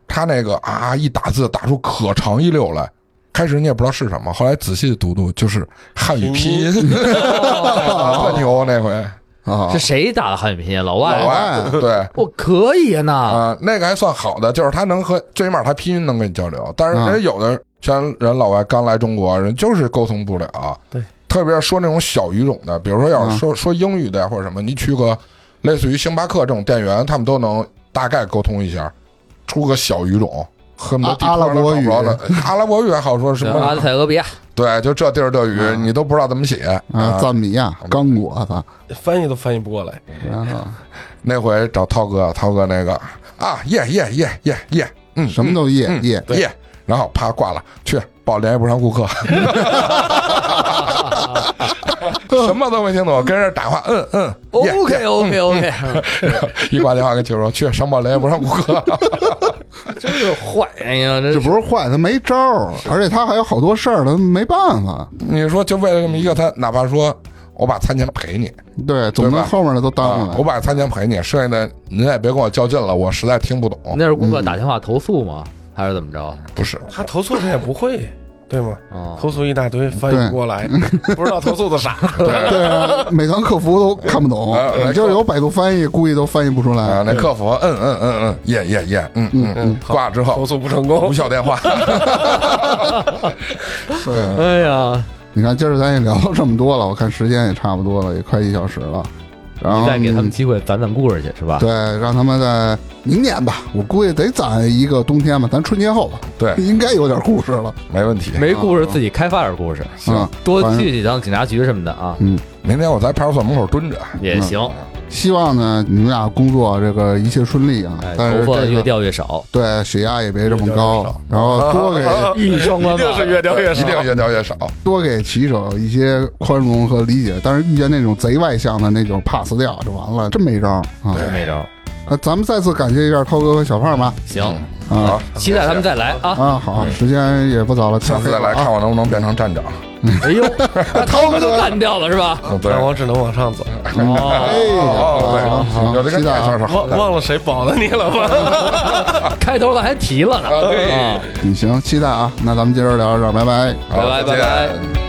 Speaker 3: 他那个啊一打字打出可长一溜来，开始你也不知道是什么，后来仔细读读就是汉语拼音， [laughs] 哎特牛那回
Speaker 2: 啊
Speaker 1: 是，谁打的汉语拼音？老
Speaker 3: 老
Speaker 1: 外，
Speaker 3: 外对。
Speaker 1: 我可以啊，那
Speaker 3: 啊、那个还算好的，就是他能和最起码他拼音能跟你交流，
Speaker 2: 啊
Speaker 3: 但是人家有的像人老外刚来中国，人就是沟通不了。
Speaker 4: 对，
Speaker 3: 特别是说那种小语种的，比如说
Speaker 2: 啊
Speaker 3: 要是说、说英语的呀或者什么，你去个类似于星巴克这种店员，他们都能大概沟通一下，出个小语种。恨不得
Speaker 2: 啊
Speaker 3: 地图上
Speaker 2: 阿拉伯语
Speaker 3: 找不着
Speaker 2: [laughs]
Speaker 3: 的阿拉伯语还好说什
Speaker 1: 对阿
Speaker 3: 么？
Speaker 1: 塞俄比亚
Speaker 3: 对，就这地儿这语，你都不知道怎么写
Speaker 2: 啊，赞比亚、
Speaker 3: 嗯
Speaker 2: 刚果，操，
Speaker 4: 翻译都翻译不过来，
Speaker 2: 然后
Speaker 3: 那回找涛哥，涛哥那个啊，耶耶耶耶耶，嗯，
Speaker 2: 什么都耶
Speaker 3: 嗯
Speaker 2: 耶，
Speaker 3: 耶，然后啪挂了，去报联系不上顾客， [laughs] 什么都没听懂，跟人打话，嗯嗯耶
Speaker 1: OK OK OK，
Speaker 3: 一挂电话跟秦说去上报联系不上顾客，
Speaker 1: [laughs]
Speaker 3: [laughs]
Speaker 1: 真是坏，哎呀，这
Speaker 2: 这不是坏，他没招儿，而且他还有好多事儿，他没办法。
Speaker 3: 你说就为了这么一个他，哪怕说我把餐钱赔你
Speaker 2: 对，总
Speaker 3: 对
Speaker 2: 能
Speaker 3: 吧
Speaker 2: 后面的都耽误
Speaker 3: 啊，我
Speaker 2: 了。
Speaker 3: 把餐钱赔你，剩下的您也别跟我较劲了，我实在听不懂。
Speaker 1: 那是顾客打电话投诉吗？还是怎么着？
Speaker 3: 不是，
Speaker 4: 他投诉他也不会，对吗？
Speaker 1: 哦，
Speaker 4: 投诉一大堆，翻译不过来，不知道投诉
Speaker 1: [laughs]
Speaker 4: 的啥。
Speaker 2: 对啊，美团客服都看不懂
Speaker 3: 啊，
Speaker 2: 你就有百度翻译，估计都翻译不出
Speaker 3: 啊，
Speaker 2: 来。
Speaker 3: 那客服，嗯嗯嗯嗯，耶耶耶，嗯嗯嗯，挂了之
Speaker 4: 投
Speaker 3: 后
Speaker 4: 诉不成
Speaker 3: 无
Speaker 4: 功，
Speaker 3: 效电话，
Speaker 1: 哎呀，
Speaker 2: 你看，今儿咱也聊了这么多了，我看时间也差不多了，也快一小时了。然后嗯
Speaker 1: 你再给他们机会攒攒故事去是吧？
Speaker 2: 对，让他们在明年吧，我估计得攒一个冬天吧，咱春节后吧，
Speaker 3: 对
Speaker 2: 应该有点故事了。
Speaker 3: 没问题。
Speaker 1: 没故事自己开发点故事，
Speaker 2: 嗯，
Speaker 1: 多
Speaker 2: 反正
Speaker 1: 去几趟警察局什么的啊，
Speaker 3: 明天我在派出所门口蹲着，
Speaker 2: 嗯
Speaker 1: 也行。
Speaker 2: 希望呢，你们俩工作这个一切顺利啊
Speaker 1: 哎，，
Speaker 2: 但是
Speaker 1: 头发
Speaker 2: 这
Speaker 1: 越
Speaker 2: 个
Speaker 1: 掉越少，
Speaker 2: 对血压也别这么
Speaker 4: 越掉越
Speaker 2: 高
Speaker 4: 少，
Speaker 2: 然
Speaker 3: 啊
Speaker 2: 后多
Speaker 3: [laughs]
Speaker 2: 给
Speaker 1: 一语双关吧。
Speaker 4: 越聊
Speaker 3: 一定越聊越少。啊
Speaker 2: 多给骑手一些宽容和理解，但是遇见那种贼外向的那种 pass 掉就完了，真没招儿啊。
Speaker 1: 没招。
Speaker 2: 呃，咱们再次感谢一下涛哥和小胖吧。
Speaker 1: 行，
Speaker 2: 啊
Speaker 3: 好，
Speaker 1: 期待他们再来啊！
Speaker 2: 啊，好，时间也不早了，
Speaker 3: 下次再来
Speaker 2: 啊
Speaker 3: 看。我能不能变成站长。
Speaker 2: 嗯
Speaker 1: 哎呦，那涛哥都干掉了
Speaker 2: [laughs]
Speaker 1: 是吧？
Speaker 3: 嗯对
Speaker 4: 那，我只能往上走。
Speaker 2: 哎
Speaker 1: 哦，，
Speaker 2: 好
Speaker 3: 嗯哦，
Speaker 2: 好
Speaker 3: 对，有这个
Speaker 2: 期待
Speaker 3: 概
Speaker 2: 啊
Speaker 3: 念是
Speaker 4: 忘
Speaker 3: 吧？
Speaker 4: 忘了谁保的你了吗？
Speaker 1: 开头咱还提了呢。
Speaker 3: 啊对
Speaker 1: 啊，
Speaker 2: 嗯行，期待啊。那咱们接着聊到这儿，拜拜。
Speaker 1: 拜拜
Speaker 3: 好再
Speaker 1: 拜
Speaker 3: 见
Speaker 1: 拜。